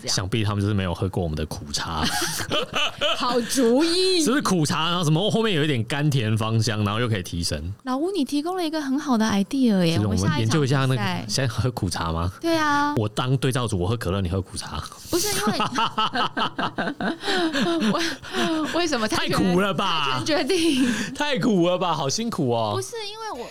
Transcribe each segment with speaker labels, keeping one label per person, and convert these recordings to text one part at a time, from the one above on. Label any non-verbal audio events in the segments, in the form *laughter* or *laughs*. Speaker 1: 这样
Speaker 2: 想必他们就是没有喝过我们的苦
Speaker 1: *laughs*
Speaker 2: 茶，
Speaker 1: 好主意
Speaker 2: 就。是苦茶，然后什么后面有一点甘甜芳香，然后又可以提
Speaker 1: *laughs*
Speaker 2: 神。
Speaker 1: *laughs* 老吴，你提供了一个很好的 idea 耶，
Speaker 2: 就是我
Speaker 1: 哎们
Speaker 2: 们
Speaker 1: 下一
Speaker 2: 研究一下那
Speaker 1: 场比赛
Speaker 2: 个，现在喝苦茶吗？
Speaker 1: 对啊，
Speaker 2: 我当对照组，我喝可乐，你喝苦
Speaker 1: *laughs*
Speaker 2: 茶，
Speaker 1: 不是因为 *laughs* 为为什么
Speaker 2: 太
Speaker 1: 决
Speaker 2: 苦了
Speaker 1: 他
Speaker 2: 吧，
Speaker 1: 决定？
Speaker 2: 太苦了吧，好辛苦
Speaker 1: 不
Speaker 2: 哦。
Speaker 1: 是因为我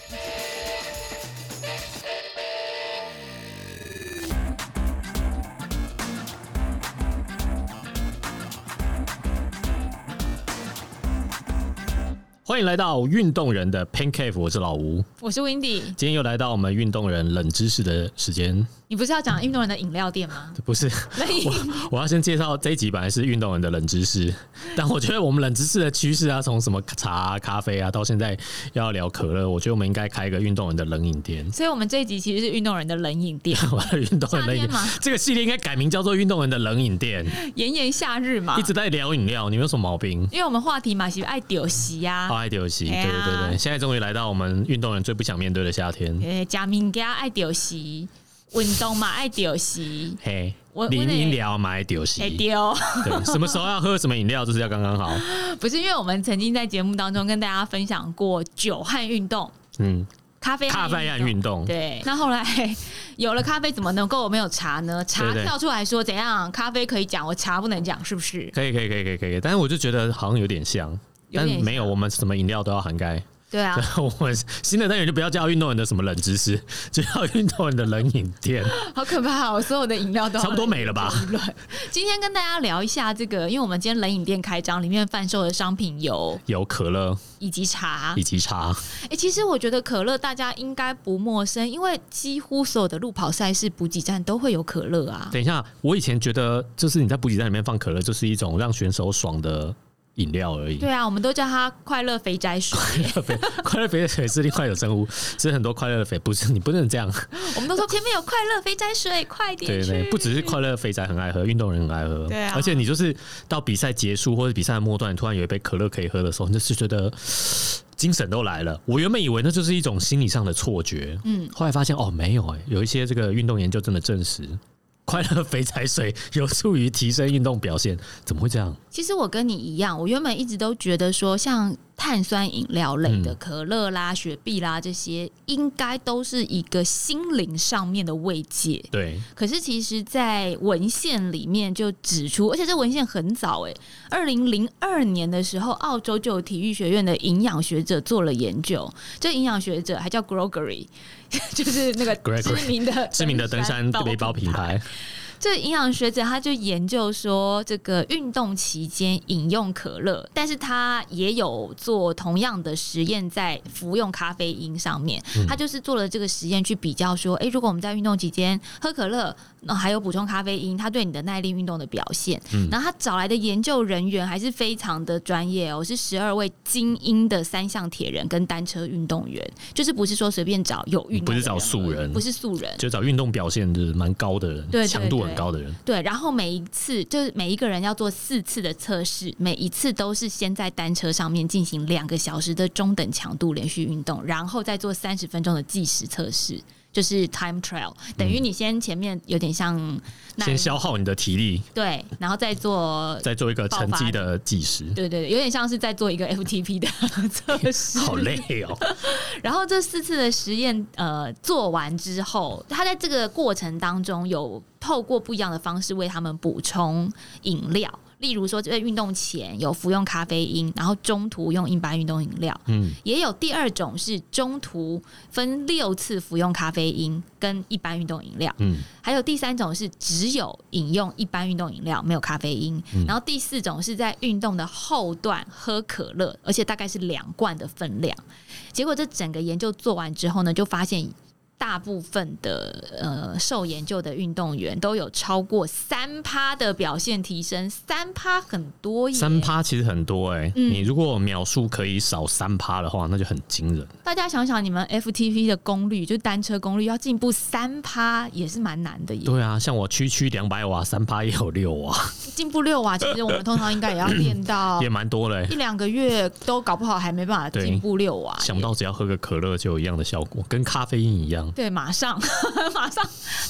Speaker 2: 欢迎来到运动人的 Pain Cave，我是老吴，
Speaker 1: 我是 Windy，
Speaker 2: 今天又来到我们运动人冷知识的时间，
Speaker 1: 你不是要讲运动人的饮料店 *laughs* 吗？
Speaker 2: 不是。
Speaker 1: 冷饮
Speaker 2: 我我要先介绍这一集本来是运动人的冷知识，但我觉得我们冷知识的趋势啊，从什么茶啊、咖啡啊，到现在要聊可乐，我觉得我们应该开一个运动人的冷饮店。 *laughs*
Speaker 1: 所以我们这一集其实是运动人的冷饮 *laughs* 店，
Speaker 2: 我的运动人冷饮
Speaker 1: 夏天嘛
Speaker 2: 这个系列应该改名叫做“运动人的冷饮店
Speaker 1: 炎炎夏日”，嘛
Speaker 2: 一，直在聊饮料，你们有什么毛病？
Speaker 1: 因为我们话题嘛，喜爱丢席呀
Speaker 2: 好，爱丢戏，
Speaker 1: 哎
Speaker 2: 对
Speaker 1: 呀
Speaker 2: 对对对，现在终于来到我们运动人最不想面对的夏天。
Speaker 1: 呃，假名家爱丢席，运动嘛爱丢席，
Speaker 2: 嘿
Speaker 1: 我我，
Speaker 2: 零
Speaker 1: 得
Speaker 2: 饮料买丢
Speaker 1: 爱
Speaker 2: 戏，
Speaker 1: 丢。
Speaker 2: 对，什么时候要喝什么饮料，就是要刚刚好。
Speaker 1: 哦 *laughs* 不是因为我们曾经在节目当中跟大家分享过酒和运动，
Speaker 2: 嗯，
Speaker 1: 咖啡
Speaker 2: 咖
Speaker 1: 和
Speaker 2: 啡和运动，
Speaker 1: 哎对，那后来 *laughs* 有了咖啡，怎么能够没有茶呢？茶
Speaker 2: 对对
Speaker 1: 跳出来说怎样？咖啡可以讲，我茶不能讲，是不是？
Speaker 2: 可以可以可以可以可以，但是我就觉得好像有点像，
Speaker 1: 有
Speaker 2: 但
Speaker 1: 点
Speaker 2: 没有，我们什么饮料都要涵盖。
Speaker 1: 对啊，
Speaker 2: *laughs* 我们新的单元就不要叫运动人的什么冷知识， *laughs* 就叫运动人的冷饮
Speaker 1: *laughs*
Speaker 2: 店，
Speaker 1: *laughs* 好可怕哦！所有的饮料都
Speaker 2: 差不多没了
Speaker 1: *laughs*
Speaker 2: 吧？
Speaker 1: 乱。今天跟大家聊一下这个，因为我们今天冷饮店开张，里面贩售的商品有
Speaker 2: 有可乐
Speaker 1: 以及茶
Speaker 2: 以。及茶，
Speaker 1: 哎、其实我觉得可乐大家应该不陌生，因为几乎所有的路跑赛事补给站都会有可乐啊。
Speaker 2: 等一下，我以前觉得就是你在补给站里面放可乐，就是一种让选手爽的饮料而已。
Speaker 1: 对啊，我们都叫它快乐肥宅水，
Speaker 2: *laughs* 快乐肥的水是另外有称呼，是很多快乐的肥，不是你不能这样。
Speaker 1: 我们都说前面有快乐肥宅水，快点
Speaker 2: 对
Speaker 1: 去。
Speaker 2: 对，不只是快乐肥仔很爱喝，运动人很爱喝。
Speaker 1: 对啊
Speaker 2: 而且你就是到比赛结束或者比赛的末段，你突然有一杯可乐可以喝的时候，你就是觉得。 *sniffs* 精神都来了，我原本以为那就是一种心理上的错觉，嗯，后来发现哦没有哎、有一些这个运动研究真的证实， *laughs* 快乐肥仔水有助于提升运动表现，怎么会这样？
Speaker 1: 其实我跟你一样，我原本一直都觉得说，像碳酸饮料类的、
Speaker 2: 嗯
Speaker 1: 可乐啦、雪碧啦这些，应该都是一个心灵上面的慰藉。
Speaker 2: 对，
Speaker 1: 可是其实，在文献里面就指出，而且这文献很早诶、二零零二年的时候，澳洲就有体育学院的营养学者做了研究，这营养学者还叫 Gregory，就是那个
Speaker 2: Gregory，
Speaker 1: 知名的
Speaker 2: 知名的登山背包品牌，
Speaker 1: 这营养学者他就研究说，这个运动期间饮用可乐，但是他也有做同样的实验在服用咖啡因上面。
Speaker 2: 嗯
Speaker 1: 他就是做了这个实验去比较说，诶，如果我们在运动期间喝可乐，那还有补充咖啡因，它对你的耐力运动的表现。
Speaker 2: 嗯
Speaker 1: 然后他找来的研究人员还是非常的专业哦，是十二位精英的三项铁人跟单车运动员，就是不是说随便找有运动
Speaker 2: 不
Speaker 1: 的人而已，
Speaker 2: 是找素人
Speaker 1: 不是素人。
Speaker 2: 就找运动表现就是蛮高的
Speaker 1: 对
Speaker 2: 人，
Speaker 1: 对
Speaker 2: 强度
Speaker 1: 对
Speaker 2: 很高的人，
Speaker 1: 对，然后每一次就是每一个人要做四次的测试，每一次都是先在单车上面进行两个小时的中等强度连续运动，然后再做三十分钟的计时测试，就是 time trial，等于你先前面有点像
Speaker 2: 嗯
Speaker 1: 耐
Speaker 2: 先消耗你的体力，
Speaker 1: 对，然后再做。
Speaker 2: 再做一个
Speaker 1: 爆
Speaker 2: 成
Speaker 1: 发
Speaker 2: 绩
Speaker 1: 力
Speaker 2: 的计时，
Speaker 1: 对对对，有点像是在做一个 FTP 的 *laughs* 测试，
Speaker 2: 好累哦、
Speaker 1: 然后这四次的实验，呃，做完之后，他在这个过程当中有透过不一样的方式为他们补充饮料，例如说呃在运动前有服用咖啡因，然后中途用一般运动饮料，
Speaker 2: 嗯，
Speaker 1: 也有第二种是中途分六次服用咖啡因跟一般运动饮料，
Speaker 2: 嗯，
Speaker 1: 还有第三种是只有饮用一般运动饮料，没有咖啡因。
Speaker 2: 嗯
Speaker 1: 然后第四种是在运动的后段喝可乐，而且大概是两罐的分量。结果这整个研究做完之后呢，就发现大部分的呃受研究的运动员都有超过三趴的表现提升，三趴很多耶，
Speaker 2: 三趴其实很多哎、
Speaker 1: 哎嗯
Speaker 2: 你如果秒数可以少三趴的话，那就很惊人。
Speaker 1: 大家想想，你们 FTP 的功率，就单车功率要进步三趴，也是蛮难的耶。
Speaker 2: 对啊，像我区区两百瓦，三趴也有六瓦，
Speaker 1: 进步六瓦，其实我们通常应该也要练
Speaker 2: *laughs*
Speaker 1: 到
Speaker 2: 也蛮多嘞、
Speaker 1: 一两个月，都搞不好还没办法进步六瓦耶。
Speaker 2: 想不到只要喝个可乐就有一样的效果，跟咖啡因一样。上。
Speaker 1: 对，马上 *laughs* 马上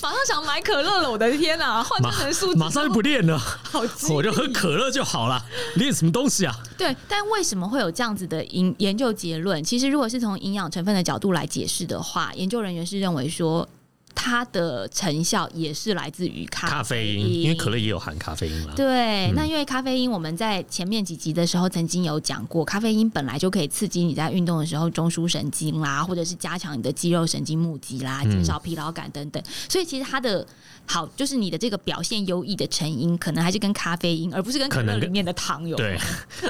Speaker 1: 马上想买可乐了，我的天哪、换
Speaker 2: 马
Speaker 1: 算成数字，
Speaker 2: 马上就不练
Speaker 1: *laughs*
Speaker 2: 了，
Speaker 1: 好激
Speaker 2: 我就喝可乐就好了，练什么东西啊？
Speaker 1: 对，但为什么会有这样子的研研究结论？其实，如果是从营养成分的角度来解释的话，研究人员是认为说，它的成效也是来自于咖
Speaker 2: 咖啡因，因为可乐也有含咖啡因啦。嗯
Speaker 1: 对，那因为咖啡因，我们在前面几集的时候曾经有讲过，咖啡因本来就可以刺激你在运动的时候中枢神经啦，或者是加强你的肌肉神经募集啦，
Speaker 2: 嗯
Speaker 1: 减少疲劳感等等。所以其实它的好，就是你的这个表现优异的成因，可能还是跟咖啡因，而不是跟可
Speaker 2: 可能
Speaker 1: 乐里
Speaker 2: 跟
Speaker 1: 面的糖有关。
Speaker 2: 对， *laughs*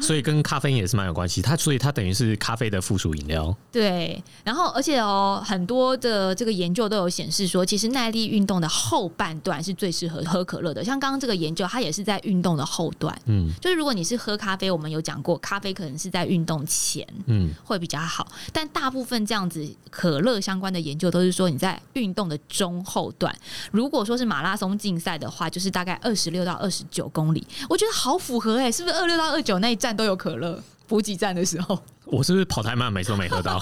Speaker 2: 所以跟咖啡因也是蛮有关系。它所以它等于是咖啡的附属饮料。
Speaker 1: 对，然后而且哦，很多的这个研究都有显示说，其实耐力运动的后半段是最适合喝可乐的。像刚刚这个研究，它也是在运动的后段，
Speaker 2: 嗯
Speaker 1: 就是如果你是喝咖啡，我们有讲过，咖啡可能是在运动前
Speaker 2: 嗯，
Speaker 1: 会比较好，但大部分这样子可乐相关的研究都是说你在运动的中后段，如果说是马拉松竞赛的话，就是大概二十六到二十九公里，我觉得好符合哎、是不是二六到二九那一站都有可乐？补给站的时
Speaker 2: *laughs*
Speaker 1: 候，
Speaker 2: 我是不是跑太慢，每次都没喝
Speaker 1: *laughs*
Speaker 2: 到？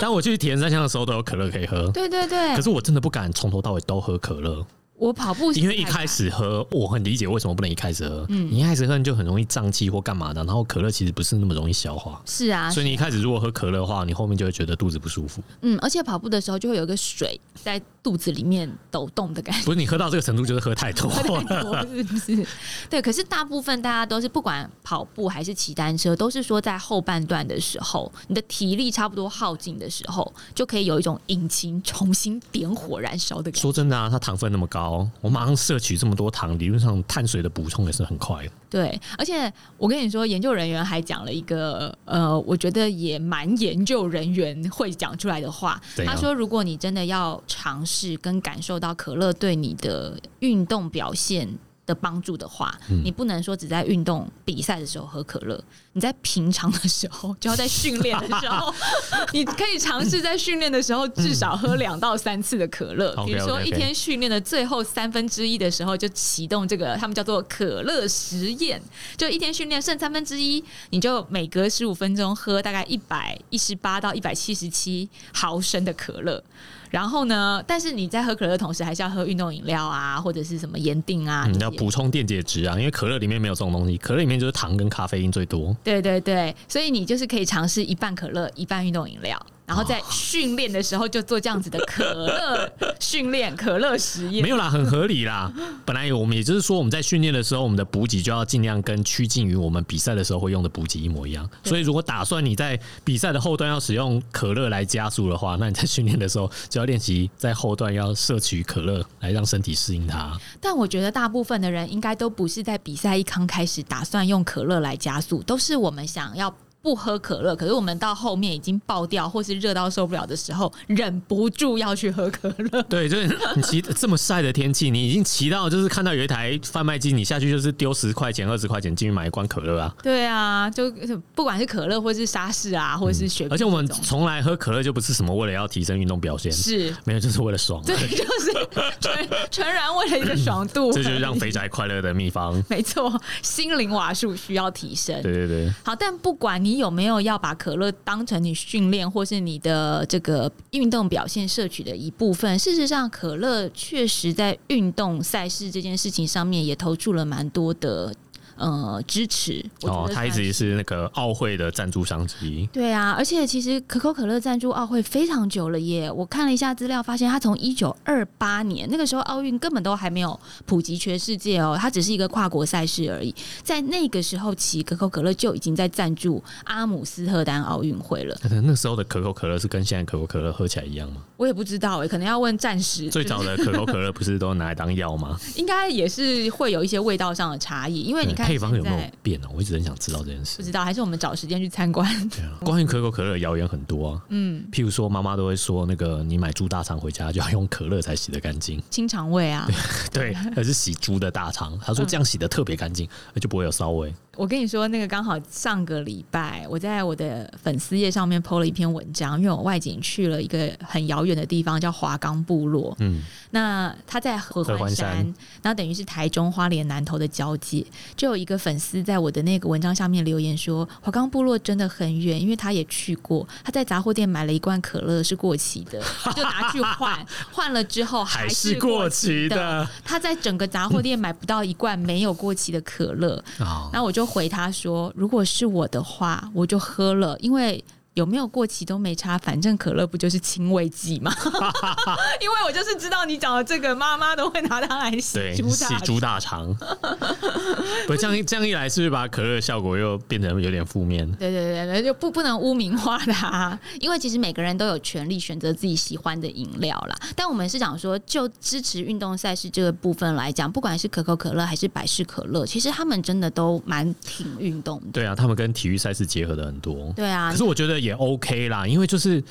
Speaker 2: 但我去体验三项的时候都有可乐可以喝。
Speaker 1: 对对对
Speaker 2: 可是我真的不敢从头到尾都喝可乐，
Speaker 1: 我跑步是
Speaker 2: 因为一
Speaker 1: 太
Speaker 2: 开
Speaker 1: 慢
Speaker 2: 始喝，我很理解为什么不能一开始喝。
Speaker 1: 嗯
Speaker 2: 你一开始喝你就很容易胀气或干嘛的，然后可乐其实不是那么容易消化，
Speaker 1: 是啊，
Speaker 2: 所以你一开始如果喝可乐的话，你后面就会觉得肚子不舒服。
Speaker 1: 嗯，而且跑步的时候就会有一个水在肚子里面抖动的感觉。
Speaker 2: 不是你喝到这个程度就是喝太
Speaker 1: *laughs*
Speaker 2: 多了，
Speaker 1: 是不是？ *laughs* 对，可是大部分大家都是不管跑步还是骑单车，都是说在后半段的时候，你的体力差不多耗尽的时候，就可以有一种引擎重新点火燃烧的感觉。
Speaker 2: 说真的啊，它糖分那么高，我马上摄取这么多糖，理论上碳水的补充也是很快的。
Speaker 1: 对，而且我跟你说，研究人员还讲了一个呃，我觉得也蛮研究人员会讲出来的话。
Speaker 2: 怎样
Speaker 1: 他说，如果你真的要尝试跟感受到可乐对你的运动表现的帮助的话，
Speaker 2: 嗯
Speaker 1: 你不能说只在运动比赛的时候喝可乐，你在平常的时候，就要在训练的
Speaker 2: *laughs*
Speaker 1: 时候， *laughs* 你可以尝试在训练的时候至少喝两到三次的可乐，比如说
Speaker 2: OK，OK，OK
Speaker 1: 一天训练的最后三分之一的时候就启动这个他们叫做可乐实验，就一天训练剩三分之一，你就每隔十五分钟喝大概一百一十八到一百七十七毫升的可乐。然后呢？但是你在喝可乐的同时，还是要喝运动饮料啊，或者是什么盐定啊
Speaker 2: 你、
Speaker 1: 这
Speaker 2: 嗯要
Speaker 1: 些
Speaker 2: 补充电解质啊，因为可乐里面没有这种东西，可乐里面就是糖跟咖啡因最多。
Speaker 1: 对对对，所以你就是可以尝试一半可乐，一半运动饮料，然后在训练的时候就做这样子的可乐训练、可乐实
Speaker 2: *laughs*
Speaker 1: 验。
Speaker 2: 没有啦，很合理啦。本来我们也就是说，我们在训练的时候，我们的补给就要尽量跟趋近于我们比赛的时候会用的补给一模一样。所以，如果打算你在比赛的后段要使用可乐来加速的话，那你在训练的时候就要练习在后段要摄取可乐来让身体适应它。
Speaker 1: 但我觉得大部分的人应该都不是在比赛一刚开始打算用可乐来加速，都是我们想要。不喝可乐，可是我们到后面已经爆掉或是热到受不了的时候，忍不住要去喝可乐。
Speaker 2: 对，就是你骑这么晒的天气，你已经骑到就是看到有一台贩卖机，你下去就是丢十块钱、二十块钱进去买一罐可乐啊。
Speaker 1: 对啊，就不管是可乐或是沙士啊，或者是雪碧
Speaker 2: 而
Speaker 1: 这
Speaker 2: 且
Speaker 1: 种、
Speaker 2: 我
Speaker 1: *laughs*
Speaker 2: 们从来喝可乐就不是什么为了要提升运动表现，
Speaker 1: 是
Speaker 2: 没有就是为了爽啊、
Speaker 1: 对， *laughs* 就是 *laughs* 纯纯然为了一个爽 *laughs* 度，
Speaker 2: 这就是让肥宅快乐的秘方。
Speaker 1: *laughs* 没错，心灵瓦数需要提升。
Speaker 2: 对对对，
Speaker 1: 好，但不管你有没有要把可乐当成你训练或是你的这个运动表现摄取的一部分，事实上，可乐确实在运动赛事这件事情上面也投注了蛮多的呃支持。我觉
Speaker 2: 哦
Speaker 1: 得，
Speaker 2: 他一
Speaker 1: 算
Speaker 2: 直
Speaker 1: 是
Speaker 2: 是那个奥会的赞助商之一。
Speaker 1: 对啊，而且其实可口可乐赞助奥会非常久了耶。我看了一下资料，发现它从一九二八年那个时候奥运根本都还没有普及全世界哦，它只是一个跨国赛事而已。在那个时候起，可口可乐就已经在赞助阿姆斯特丹奥运会了。
Speaker 2: 可能那时候的可口可乐是跟现在可口可乐喝起来一样吗？
Speaker 1: 我也不知道哎，可能要问暂时
Speaker 2: 最早的可口可乐不是都拿来当药吗？
Speaker 1: 应该也是会有一些味道上的差异，因为你
Speaker 2: 嗯
Speaker 1: 看
Speaker 2: 配方有没
Speaker 1: 现
Speaker 2: 有
Speaker 1: 在
Speaker 2: 变啊？我一直很想知道这件
Speaker 1: 不
Speaker 2: 事。
Speaker 1: 知道，还是我们找时间去参观。
Speaker 2: *laughs* 对啊，关于可口可乐的谣言很多啊。嗯，譬如说妈妈都会说，那个你买猪大肠回家就要用可乐才洗得干
Speaker 1: *laughs*
Speaker 2: 净，
Speaker 1: 清肠胃啊！
Speaker 2: 对，而是洗猪的大肠。
Speaker 1: 嗯
Speaker 2: 她说这样洗得特别干净，而就不会有骚味。
Speaker 1: 我跟你说，那个刚好上个礼拜，我在我的粉丝页上面 PO 了一篇文章，因为我外景去了一个很遥远的地方，叫华冈部落。
Speaker 2: 嗯，
Speaker 1: 那它在合
Speaker 2: 合
Speaker 1: 欢
Speaker 2: 欢
Speaker 1: 山
Speaker 2: 山，
Speaker 1: 那等于是台中花莲南投的交界，就有一个粉丝在我的那个文章下面留言说，华冈部落真的很远，因为他也去过，他在杂货店买了一罐可乐是过期的，就拿去
Speaker 2: *laughs*
Speaker 1: 换，换了之后
Speaker 2: 还
Speaker 1: 是
Speaker 2: 是过
Speaker 1: 期
Speaker 2: 期的。
Speaker 1: *laughs* 他在整个杂货店买不到一罐没有过期的可乐，
Speaker 2: 哦，
Speaker 1: 然后我就回他说，如果是我的话，我就喝了，因为。有没有过期都没差，反正可乐不就是清胃剂吗？ *laughs* 因为我就是知道你讲的这个，妈妈都会拿它来洗
Speaker 2: 对，
Speaker 1: 猪大
Speaker 2: 洗猪大肠。不，这样一这样一来，是不是把可乐的效果又变成有点负面？
Speaker 1: 对对对对，就不不能污名化它，因为其实每个人都有权利选择自己喜欢的饮料啦。但我们是想说，就支持运动赛事这个部分来讲，不管是可口可乐还是百事可乐，其实他们真的都蛮挺运动的。
Speaker 2: 对啊，他们跟体育赛事结合的很多。
Speaker 1: 对啊
Speaker 2: 可，是我觉得也 OK 啦，因为就是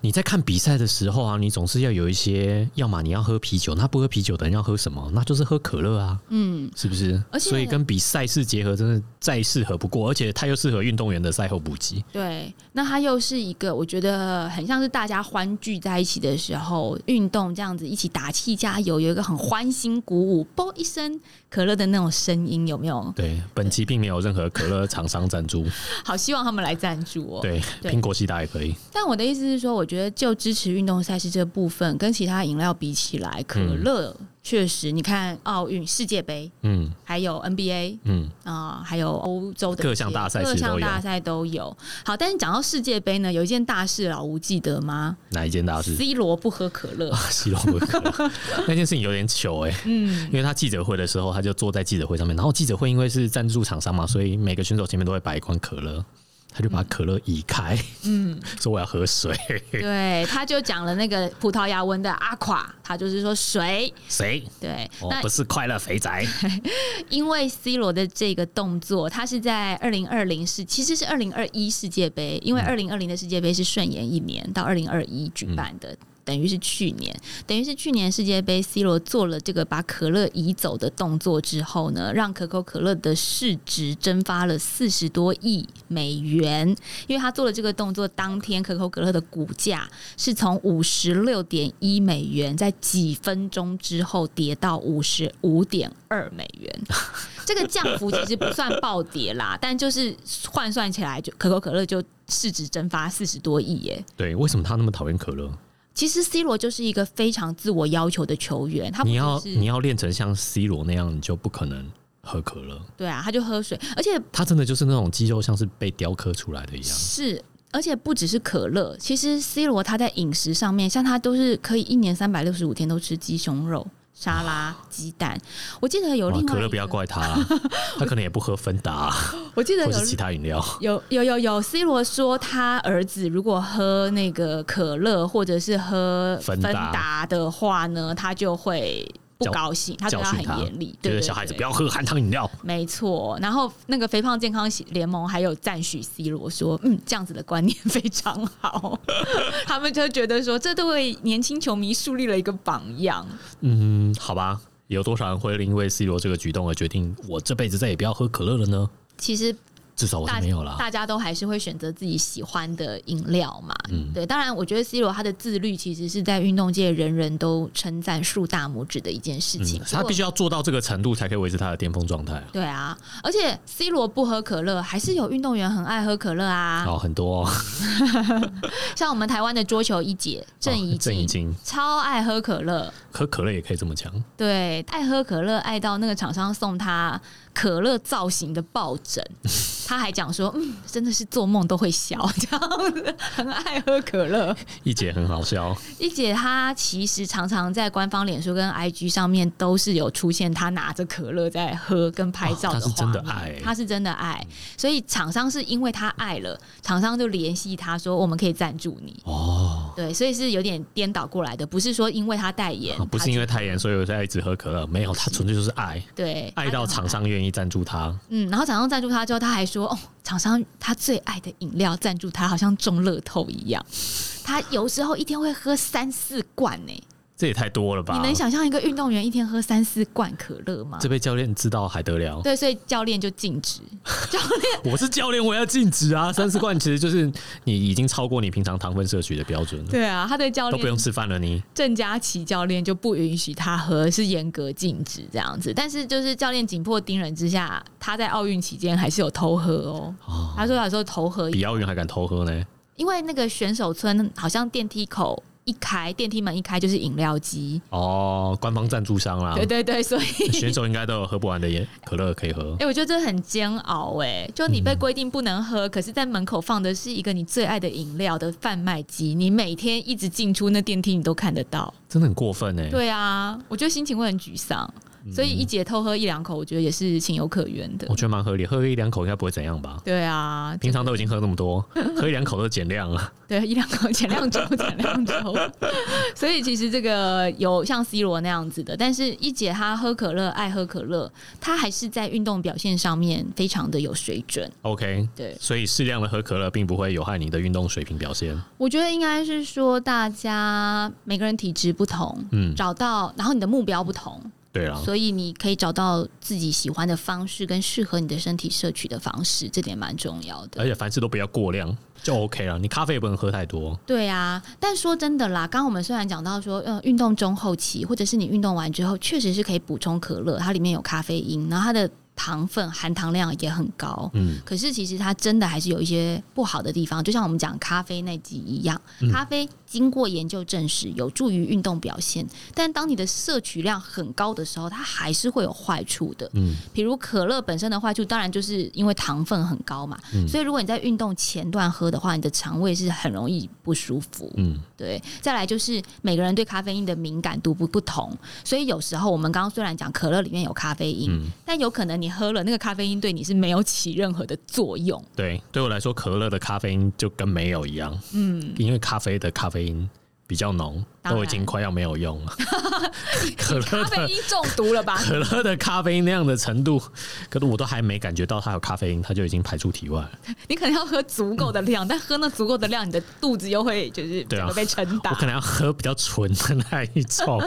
Speaker 2: 你在看比赛的时候啊，你总是要有一些，要么你要喝啤酒，那不喝啤酒的人要喝什么？那就是喝可乐啊，
Speaker 1: 嗯，
Speaker 2: 是不是？
Speaker 1: 而且
Speaker 2: 所以跟比赛事结合，真的再适合不过，而且它又适合运动员的赛后补给。
Speaker 1: 对，那它又是一个我觉得很像是大家欢聚在一起的时候，运动这样子一起打气加油，有一个很欢欣鼓舞，啵一声可乐的那种声音，有没有？
Speaker 2: 对，本期并没有任何可乐厂商赞助，
Speaker 1: 好希望他们来赞助哦。
Speaker 2: 对，
Speaker 1: 对
Speaker 2: 苹果西达也可以。
Speaker 1: 但我的意思是说，我觉得就支持运动赛事这部分，跟其他饮料比起来，可乐确实，你看奥运、世界杯，
Speaker 2: 嗯
Speaker 1: 还有 NBA
Speaker 2: 嗯，
Speaker 1: 啊、还有欧洲的
Speaker 2: 各项大赛
Speaker 1: 各
Speaker 2: 其实都
Speaker 1: 项
Speaker 2: 有
Speaker 1: 大赛都有。好，但是讲到世界杯呢，有一件大事老吴记得吗
Speaker 2: 哪一件大事？
Speaker 1: ？C 罗不喝可
Speaker 2: *laughs*
Speaker 1: 乐，
Speaker 2: 西罗伯克
Speaker 1: *laughs*
Speaker 2: 那件事情有点糗哎、
Speaker 1: 嗯，
Speaker 2: 因为他记者会的时候，他就坐在记者会上面，然后记者会因为是赞助厂商嘛，所以每个选手前面都会摆一罐可乐，他就把可乐移开，嗯， *laughs* 说我要喝水，
Speaker 1: 对，他就讲了那个葡萄牙文的阿垮，他就是说水，
Speaker 2: 谁？
Speaker 1: 对，
Speaker 2: 我
Speaker 1: 那
Speaker 2: 不是快乐肥
Speaker 1: *laughs*
Speaker 2: 宅，
Speaker 1: 因为 C 罗的这个动作，他是在二零二零世，其实是二零二一世界杯，因为二零二零的世界杯是顺延一年到二零二一举办的。等于是去年，等于是去年世界杯，C 罗做了这个把可乐移走的动作之后呢，让可口可乐的市值蒸发了四十多亿美元。因为他做了这个动作，当天可口可乐的股价是从五十六点一美元，在几分钟之后跌到五十五点二美元。这个降幅其实不算暴跌啦，但就是换算起来，就可口可乐就市值蒸发四十多亿耶。
Speaker 2: 对，为什么他那么讨厌可乐？
Speaker 1: 其实 C 罗就是一个非常自我要求的球员，他不
Speaker 2: 你
Speaker 1: 只
Speaker 2: 要
Speaker 1: 是
Speaker 2: 你要练成像 C 罗那样，你就不可能喝可乐。
Speaker 1: 对啊，他就喝水，而且
Speaker 2: 他真的就是那种肌肉像是被雕刻出来的一样，
Speaker 1: 是，而且不只是可乐，其实 C 罗他在饮食上面，像他都是可以一年三百六十五天都吃鸡胸肉。沙拉、鸡蛋，我记得有
Speaker 2: 哇
Speaker 1: 另外
Speaker 2: 可
Speaker 1: 一
Speaker 2: 乐
Speaker 1: 个，
Speaker 2: 不要怪他啦，他可能也不喝芬达、啊
Speaker 1: 我记得
Speaker 2: 或
Speaker 1: 有
Speaker 2: 是其他饮料。
Speaker 1: 有有有有 C 罗说他儿子如果喝那个可乐或者是喝
Speaker 2: 芬
Speaker 1: 芬
Speaker 2: 达
Speaker 1: 达的话呢，他就会不
Speaker 2: 教
Speaker 1: 高兴，他对
Speaker 2: 教
Speaker 1: 他
Speaker 2: 训
Speaker 1: 很
Speaker 2: 他
Speaker 1: 严厉，，
Speaker 2: 觉
Speaker 1: 对
Speaker 2: 得
Speaker 1: 对
Speaker 2: 小孩子
Speaker 1: 对
Speaker 2: 不要喝含糖饮料。
Speaker 1: 没错，然后那个肥胖健康联盟还有赞许 C 罗说，嗯，这样子的观念 *laughs* 非常好， *laughs* 他们就觉得说，这对为年轻球迷树立了一个榜样。
Speaker 2: 嗯，好吧，有多少人会因为 C 罗这个举动而决定我这辈子再也不要喝可乐了呢？
Speaker 1: 其实
Speaker 2: 至少我是
Speaker 1: 大
Speaker 2: 没有啦。
Speaker 1: 大家都还是会选择自己喜欢的饮料嘛。
Speaker 2: 嗯
Speaker 1: 对，当然，我觉得 C 罗他的自律其实是在运动界人人都称赞竖大拇指的一件事情。
Speaker 2: 嗯，他必须要做到这个程度才可以维持他的巅峰状态啊。
Speaker 1: 对啊，而且 C 罗不喝可乐，还是有运动员很爱喝可乐啊。
Speaker 2: 哦，很多、哦、
Speaker 1: 像我们台湾的桌球一姐郑怡
Speaker 2: *laughs* 郑怡静，
Speaker 1: 超爱喝可乐，
Speaker 2: 可可乐也可以这么讲。
Speaker 1: 对，爱喝可乐爱到那个厂商送他可乐造型的抱
Speaker 2: *laughs*
Speaker 1: 枕，他还讲说，嗯，真的是做梦都会笑，这样子很爱喝可乐。
Speaker 2: 一姐很好
Speaker 1: *laughs*
Speaker 2: 笑，
Speaker 1: 一姐她其实常常在官方脸书跟 IG 上面都是有出现她拿着可乐在喝跟拍照
Speaker 2: 哦她
Speaker 1: 的
Speaker 2: 是
Speaker 1: 画面、
Speaker 2: 真的爱欸
Speaker 1: 她是真的爱，所以厂商是因为她爱了，厂商就联系她说我们可以赞助你。
Speaker 2: 哦，
Speaker 1: 对，所以是有点颠倒过来的，不是说因为她代言，
Speaker 2: 啊不
Speaker 1: 她
Speaker 2: 是因
Speaker 1: 去
Speaker 2: 为太严，所以我在一直喝可乐，没有，他纯粹就是爱，
Speaker 1: 对
Speaker 2: 爱到厂
Speaker 1: 商。
Speaker 2: 商愿意赞助他。
Speaker 1: 嗯，然后厂商赞助他之后，他还说：“哦，厂商他最爱的饮料赞助他，好像中乐透一样。他有时候一天会喝三四罐呢、
Speaker 2: 这也太多了吧？
Speaker 1: 你能想象一个运动员一天喝三四罐可乐吗
Speaker 2: 这？被教练知道还得了？
Speaker 1: 对，所以教练就禁止。教练
Speaker 2: 我是教练，我要禁止啊！ *laughs* 三四罐其实就是你已经超过你平常糖分摄取的标准了，
Speaker 1: 对啊，他的教
Speaker 2: 都不
Speaker 1: 练
Speaker 2: 用吃饭了你。
Speaker 1: 郑佳琪教练就不允许他喝，是严格禁止这样子。但是就是教练紧迫盯人之下，他在奥运期间还是有偷喝哦。
Speaker 2: 哦
Speaker 1: 他说有时候偷喝，
Speaker 2: 比奥运还敢偷喝呢？
Speaker 1: 因为那个选手村好像电梯口一开，电梯门一开就是饮料机。
Speaker 2: 哦，官方赞助商啦，
Speaker 1: 对对对，所以
Speaker 2: *laughs* 选手应该都有喝不完的
Speaker 1: *laughs*
Speaker 2: 也可乐可以喝
Speaker 1: 哎、。我觉得这很煎熬哎、就你被规定不能喝，可是在门口放的是一个你最爱的饮料的贩卖机，你每天一直进出那电梯，你都看得到。
Speaker 2: 真的很过分哎！
Speaker 1: 对啊，我觉得心情会很沮丧，所以一姐偷喝一两口，我觉得也是情有可原的
Speaker 2: 我。觉得蛮合理，喝一两口应该不会怎样吧？
Speaker 1: *laughs* 对啊，
Speaker 2: 平常都已经喝那么多， *laughs* 喝一两口都减量了。 *laughs*
Speaker 1: 对一两口前两周前两周， *laughs* 所以其实这个有像 C 罗那样子的，但是一姐她喝可乐，爱喝可乐，她还是在运动表现上面非常的有水准。
Speaker 2: OK，
Speaker 1: 对，
Speaker 2: 所以适量的喝可乐并不会有害你的运动水平表现。
Speaker 1: 我觉得应该是说大家每个人体质不同，
Speaker 2: 嗯，
Speaker 1: 找到然后你的目标不同，
Speaker 2: 对啊啦，
Speaker 1: 所以你可以找到自己喜欢的方式跟适合你的身体摄取的方式，这点蛮重要的
Speaker 2: 而。且凡事都不要过量，就 OK 了。你咖啡也不能喝太多，
Speaker 1: 对啊，但说真的啦，刚刚我们虽然讲到说，呃，运动中后期，或者是你运动完之后，确实是可以补充可乐，它里面有咖啡因，然后它的糖分含糖量也很高。
Speaker 2: 嗯，
Speaker 1: 可是其实它真的还是有一些不好的地方，就像我们讲咖啡那集一样，
Speaker 2: 嗯
Speaker 1: 咖啡经过研究证实有助于运动表现，但当你的摄取量很高的时候，它还是会有坏处的。
Speaker 2: 嗯，
Speaker 1: 比如可乐本身的坏处，当然就是因为糖分很高嘛，
Speaker 2: 嗯
Speaker 1: 所以如果你在运动前段喝的话，你的肠胃是很容易不舒服。
Speaker 2: 嗯，
Speaker 1: 对，再来就是每个人对咖啡因的敏感度不不同，所以有时候我们刚刚虽然讲可乐里面有咖啡因，
Speaker 2: 嗯
Speaker 1: 但有可能你喝了那个咖啡因对你是没有起任何的作
Speaker 2: *laughs*
Speaker 1: 用。
Speaker 2: 对，对我来说，可乐的咖啡因就跟没有一样，嗯，因为咖啡的咖啡因比较浓，
Speaker 1: 当然
Speaker 2: 都已经快要没有用了。 *laughs* 可
Speaker 1: 咖
Speaker 2: 乐
Speaker 1: 啡
Speaker 2: 的
Speaker 1: 因中毒了吧？
Speaker 2: 可乐的咖啡因那样的程度，可是我都还没感觉到它有咖啡因，它就已经排出体外了。
Speaker 1: 你可能要喝足够的量，但喝那足够的量，你的肚子又会就是
Speaker 2: 对
Speaker 1: 整
Speaker 2: 啊
Speaker 1: 个被撑大。
Speaker 2: *laughs* 我可能要喝比较纯的那一种，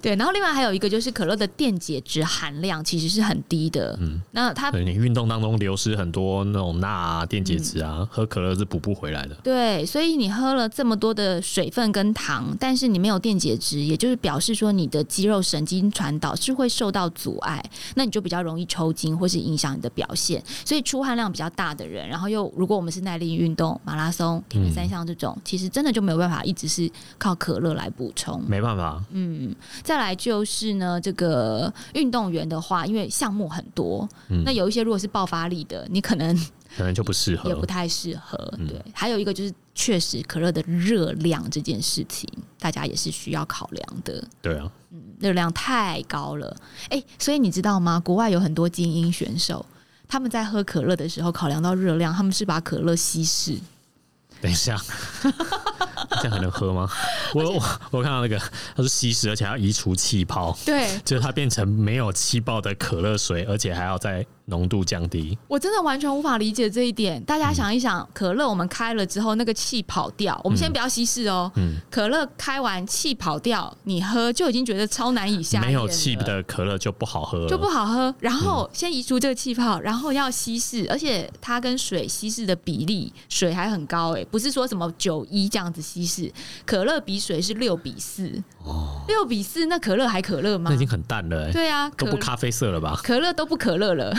Speaker 1: 对，然后另外还有一个就是可乐的电解质含量其实是很低的，嗯， *laughs* 那它
Speaker 2: 对你运动当中流失很多那种钠啊、电解质
Speaker 1: 嗯
Speaker 2: 啊，喝可乐是补不回来的。
Speaker 1: 对，所以你喝了这么多的水分跟糖，但是你没有电解质，也就是表示说你的肌肉神经传导是会受到阻碍，那你就比较容易抽筋或是影响你的表现。所以出汗量比较大的人，然后又如果我们是耐力运动、马拉松、铁人三项这种，其实真的就没有办法一直是靠可乐来补充。
Speaker 2: 没办法，
Speaker 1: 嗯再来就是呢，这个运动员的话，因为项目很多，那有一些如果是爆发力的，你可能
Speaker 2: 可能就不适合
Speaker 1: 也。不太适合。
Speaker 2: 嗯
Speaker 1: 对，还有一个就是，确实可乐的热量这件事情，大家也是需要考量的。
Speaker 2: 对啊，
Speaker 1: 热量太高了，哎、所以你知道吗？国外有很多精英选手，他们在喝可乐的时候考量到热量，他们是把可乐稀释。
Speaker 2: 等一下， *laughs* 这样还能喝吗？我我我看到那个，它是稀释，而且还要移除气泡，
Speaker 1: 对
Speaker 2: 就是它变成没有气泡的可乐水，而且还要在浓度降低。
Speaker 1: *laughs* 我真的完全无法理解这一点。大
Speaker 2: 嗯
Speaker 1: 家想一想，可乐我们开了之后，那个气跑掉，我们先不要稀释哦。
Speaker 2: 嗯
Speaker 1: 可乐开完气跑掉，你喝就已经觉得超难以下咽
Speaker 2: 没有气
Speaker 1: 了
Speaker 2: 的可乐就嗯不好喝了，
Speaker 1: 就不好喝。嗯然后先移除这个气泡，然后要稀释，而且它跟水稀释的比例，水还很高诶、欸不是说什么九一这样子稀释，可乐比水是六比四，六比四，那可乐还可乐
Speaker 2: 哦
Speaker 1: 吗
Speaker 2: 那已？经很淡了、欸，
Speaker 1: 对啊，
Speaker 2: 都
Speaker 1: 可
Speaker 2: 不咖啡色了吧？
Speaker 1: 可乐都不可乐了，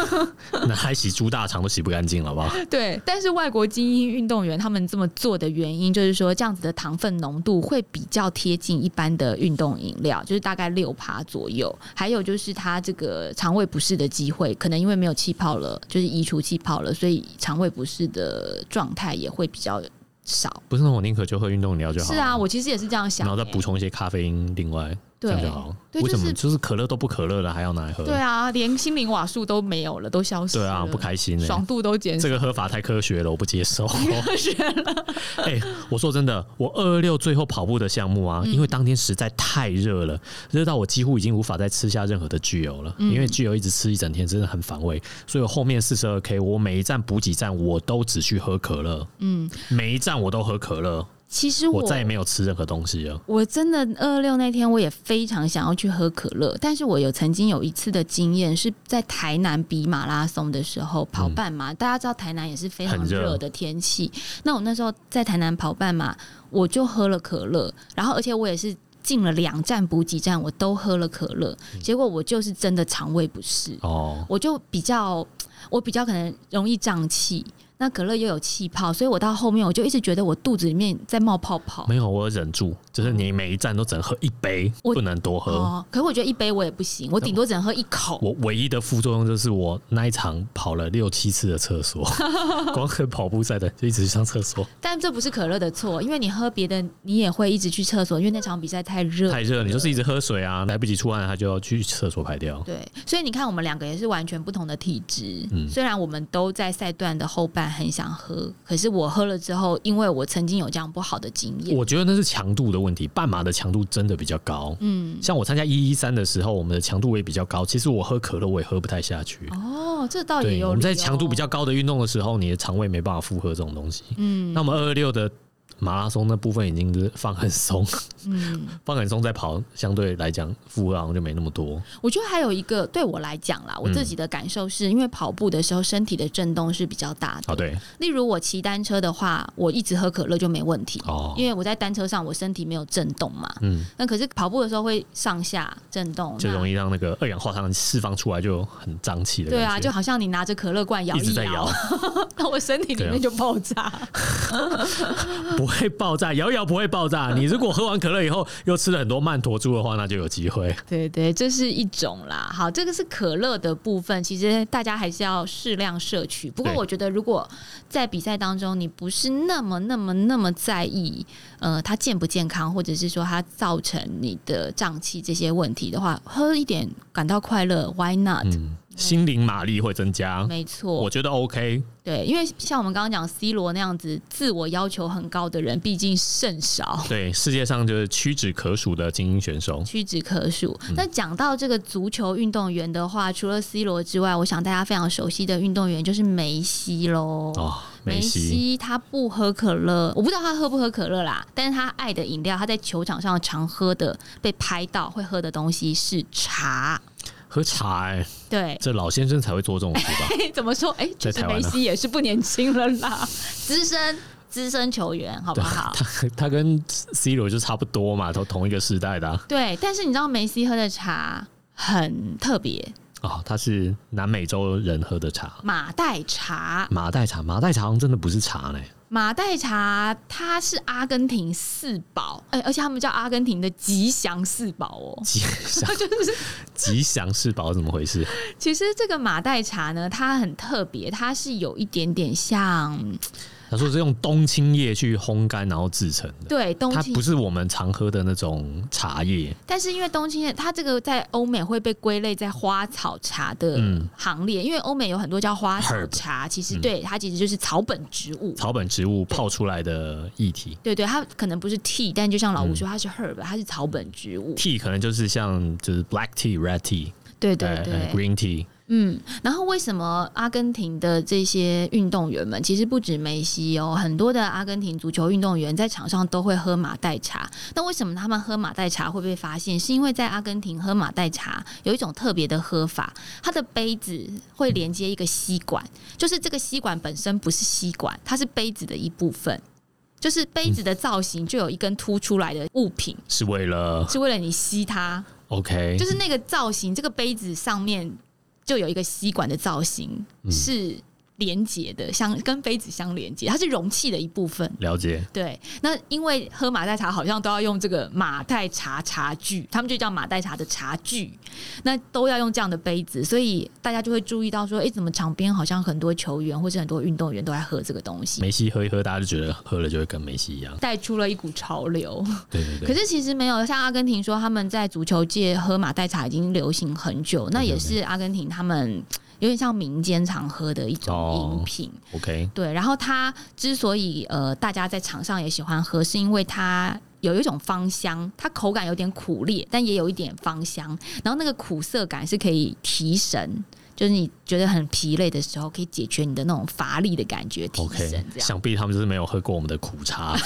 Speaker 2: *laughs* 那还洗猪大肠都洗不干净了吧？
Speaker 1: 对。但是外国精英运动员他们这么做的原因，就是说这样子的糖分浓度会比较贴近一般的运动饮料，就是大概六趴左右。还有就是他这个肠胃不适的机会，可能因为没有气泡了，就是移除气泡了，所以肠胃不适的状态也会比较少。
Speaker 2: 不是，那我宁可就喝运动饮料就好
Speaker 1: 是
Speaker 2: 了。
Speaker 1: 啊，我其实也是这样想、
Speaker 2: 然后再
Speaker 1: 欸
Speaker 2: 补充一些咖啡因，另外这
Speaker 1: 对
Speaker 2: 样就好。
Speaker 1: 对
Speaker 2: 为什
Speaker 1: 就是
Speaker 2: 么就是可乐都不可乐了，还要拿来喝？
Speaker 1: 对啊，连心灵瓦数都没有了，都消失
Speaker 2: 对
Speaker 1: 了，
Speaker 2: 啊，不开心、欸。
Speaker 1: 爽度都减少
Speaker 2: 这。个喝法太科学了，我不接
Speaker 1: *laughs*
Speaker 2: 受。 *laughs*
Speaker 1: 是啊
Speaker 2: 哎、我说真的，我二二六最后跑步的项目啊，因为当天实在太热了，热到我几乎已经无法再吃下任何的巨油了，因为巨油一直吃一整天真的很反胃，所以我后面四十二 K，我每一站补给站我都只去喝可乐，嗯，每一站我都喝可乐，
Speaker 1: 其实
Speaker 2: 我
Speaker 1: 我
Speaker 2: 再也没有吃任何东西了。
Speaker 1: 我真的二六那天，我也非常想要去喝可乐，但是我有曾经有一次的经验是在台南比马拉松的时候跑半马，大家知道台南也是非常
Speaker 2: 很热
Speaker 1: 热的天气，那我那时候在台南跑半马，我就喝了可乐，然后而且我也是。进了两站补给站，我都喝了可乐，结果我就是真的肠胃不适，
Speaker 2: 哦，
Speaker 1: 我就比较，我比较可能容易胀气。那可乐又有气泡，所以我到后面我就一直觉得我肚子里面在冒泡泡。
Speaker 2: 哦没有，我忍住，就是你每一站都只能喝一杯，
Speaker 1: 我
Speaker 2: 不能多喝。
Speaker 1: 哦，可是我觉得一杯我也不行，我顶多只能喝一口。
Speaker 2: 我唯一的副作用就是我那一场跑了六七次的厕所，光和跑步赛的就一直去上厕所，
Speaker 1: 但这不是可乐的错，因为你喝别的，你也会一直去厕所，因为那场比赛太热。
Speaker 2: 太热，你就是一直喝水啊，来不及出汗，他就要去厕所排掉。
Speaker 1: 对，所以你看，我们两个也是完全不同的体质。
Speaker 2: 嗯
Speaker 1: 虽然我们都在赛段的后半很想喝，可是我喝了之后，因为我曾经有这样不好的经验，
Speaker 2: 我觉得那是强度的问题，半马的强度真的比较高。嗯，像我参加一一三的时候，我们的强度也比较高。其实我喝可乐我也喝不太下去。
Speaker 1: 哦，这倒也
Speaker 2: 对，
Speaker 1: 有
Speaker 2: 我们在
Speaker 1: 理由
Speaker 2: 强度比较高的运动的时候，你的肠胃没办法负荷这种东西。嗯，那我们二二六的马拉松那部分已经是放很松，
Speaker 1: 嗯，
Speaker 2: *laughs* 放很松再跑，相对来讲负荷好像就没那么多。
Speaker 1: 我觉得还有一个对我来讲啦，我自己的感受是、因为跑步的时候身体的震动是比较大的。
Speaker 2: 哦，对，
Speaker 1: 例如我骑单车的话，我一直喝可乐就没问题，
Speaker 2: 哦，
Speaker 1: 因为我在单车上我身体没有震动嘛。
Speaker 2: 嗯，
Speaker 1: 那可是跑步的时候会上下震动，
Speaker 2: 就容
Speaker 1: 易
Speaker 2: 易让那个二氧化碳释放出来，就很胀气的感觉。
Speaker 1: 对啊，就好像你拿着可乐罐摇
Speaker 2: 一直在
Speaker 1: 摇
Speaker 2: 摇，，啊
Speaker 1: 那我身体里面就爆炸。
Speaker 2: 不会爆炸，摇一摇不会爆
Speaker 1: *laughs*
Speaker 2: 炸。你如果喝完可乐以后又吃了很多曼陀珠的话，那就有机会。
Speaker 1: *laughs* 对对，这是一种啦。好，这个是可乐的部分，其实大家还是要适量摄取。不过
Speaker 2: 对
Speaker 1: 我觉得，如果在比赛当中你不是那么、那么、那么在意，呃，它健不健康，或者是说它造成你的胀气这些问题的话，喝一点感到快乐，Why not？、
Speaker 2: 嗯，心灵马力会增加，
Speaker 1: 没错
Speaker 2: 我，觉得 OK。
Speaker 1: 对，因为像我们刚刚讲 C 罗那样子自我要求很高的人，毕竟甚少。
Speaker 2: 对，世界上就是屈指可数的精英选手。
Speaker 1: 屈指可数。
Speaker 2: 嗯
Speaker 1: 那讲到这个足球运动员的话，除了 C 罗之外，我想大家非常熟悉的运动员就是梅西喽。
Speaker 2: 哦，梅
Speaker 1: 梅
Speaker 2: 西，
Speaker 1: 西他不喝可乐，我不知道他喝不喝可乐啦，但是他爱的饮料，他在球场上常喝的、被拍到会喝的东西是茶。
Speaker 2: 喝茶、欸，
Speaker 1: 对， *laughs*
Speaker 2: 这老先生才会做这种事吧？
Speaker 1: 怎么说？哎、其
Speaker 2: 在台
Speaker 1: 实
Speaker 2: 湾
Speaker 1: 梅
Speaker 2: 啊
Speaker 1: 西也是不年轻了啦，资深资深球员，好不好？ *laughs*
Speaker 2: 他跟 C 罗就差不多嘛，都同一个时代的啊。
Speaker 1: 对，但是你知道梅西喝的茶很特别，
Speaker 2: 哦，他是南美洲人喝的茶，
Speaker 1: 马黛茶。
Speaker 2: 马黛茶，马黛茶好像真的不是茶
Speaker 1: *laughs*
Speaker 2: 呢、
Speaker 1: 马黛茶它是阿根廷四宝，哎、而且他们叫阿根廷的吉祥四宝哦。
Speaker 2: 吉祥吉祥是宝怎么回事？
Speaker 1: 其实这个马黛茶呢，它很特别，它是有一点点像
Speaker 2: 他说是用冬青叶去烘干然后制成的，
Speaker 1: 对冬
Speaker 2: 它
Speaker 1: 青
Speaker 2: 不，是我们常喝的那种茶叶。
Speaker 1: 但是因为冬青它这个在欧美会被归类在花草茶的
Speaker 2: 嗯
Speaker 1: 行列，因为欧美有很多叫花草
Speaker 2: Herb
Speaker 1: 茶，其实对、它其实就是草本植物。
Speaker 2: 草本植物泡出来的液体。
Speaker 1: 对对，它可能不是 tea，但就像老吴说，它是 herb，它是草本植物。
Speaker 2: tea 可能就是像就是 black tea、red tea、
Speaker 1: 对对
Speaker 2: 呃
Speaker 1: 对，
Speaker 2: 呃 green tea，
Speaker 1: 嗯，然后为什么阿根廷的这些运动员们，其实不止梅西哦，很多的阿根廷足球运动员在场上都会喝马黛茶。那为什么他们喝马黛茶会被发现？是因为在阿根廷喝马黛茶有一种特别的喝法，它的杯子会连接一个吸管，就是这个吸管本身不是吸管，它是杯子的一部分。就是杯子的造型就有一根凸出来的物品，
Speaker 2: 是为了
Speaker 1: 是为了你吸它。
Speaker 2: OK，
Speaker 1: 就是那个造型，这个杯子上面就有一个吸管的造型、是连接的，相跟杯子相连接，它是容器的一部分。
Speaker 2: 了解。
Speaker 1: 对，那因为喝马黛茶好像都要用这个马黛茶茶具，他们就叫马黛茶的茶具，那都要用这样的杯子，所以大家就会注意到说，诶，怎么场边好像很多球员或者很多运动员都在喝这个东西，
Speaker 2: 梅西喝一喝，大家就觉得喝了就会跟梅西一样。
Speaker 1: 带出了一股潮流。
Speaker 2: 对对
Speaker 1: 可
Speaker 2: 对，
Speaker 1: 是其实没有，像阿根廷说他们在足球界喝马黛茶已经流行很久，那也是阿根廷他们有点像民间常喝的一种
Speaker 2: 哦
Speaker 1: 饮品。
Speaker 2: OK，
Speaker 1: 对，然后它之所以呃大家在场上也喜欢喝，是因为它。有一种芳香，它口感有点苦烈，但也有一点芳香。然后那个苦涩感是可以提神，就是你觉得很疲累的时候，可以解决你的那种乏力的感觉，提升
Speaker 2: OK，
Speaker 1: 这样。
Speaker 2: 想必他们就是没有喝过我们的苦
Speaker 1: *laughs*
Speaker 2: 茶，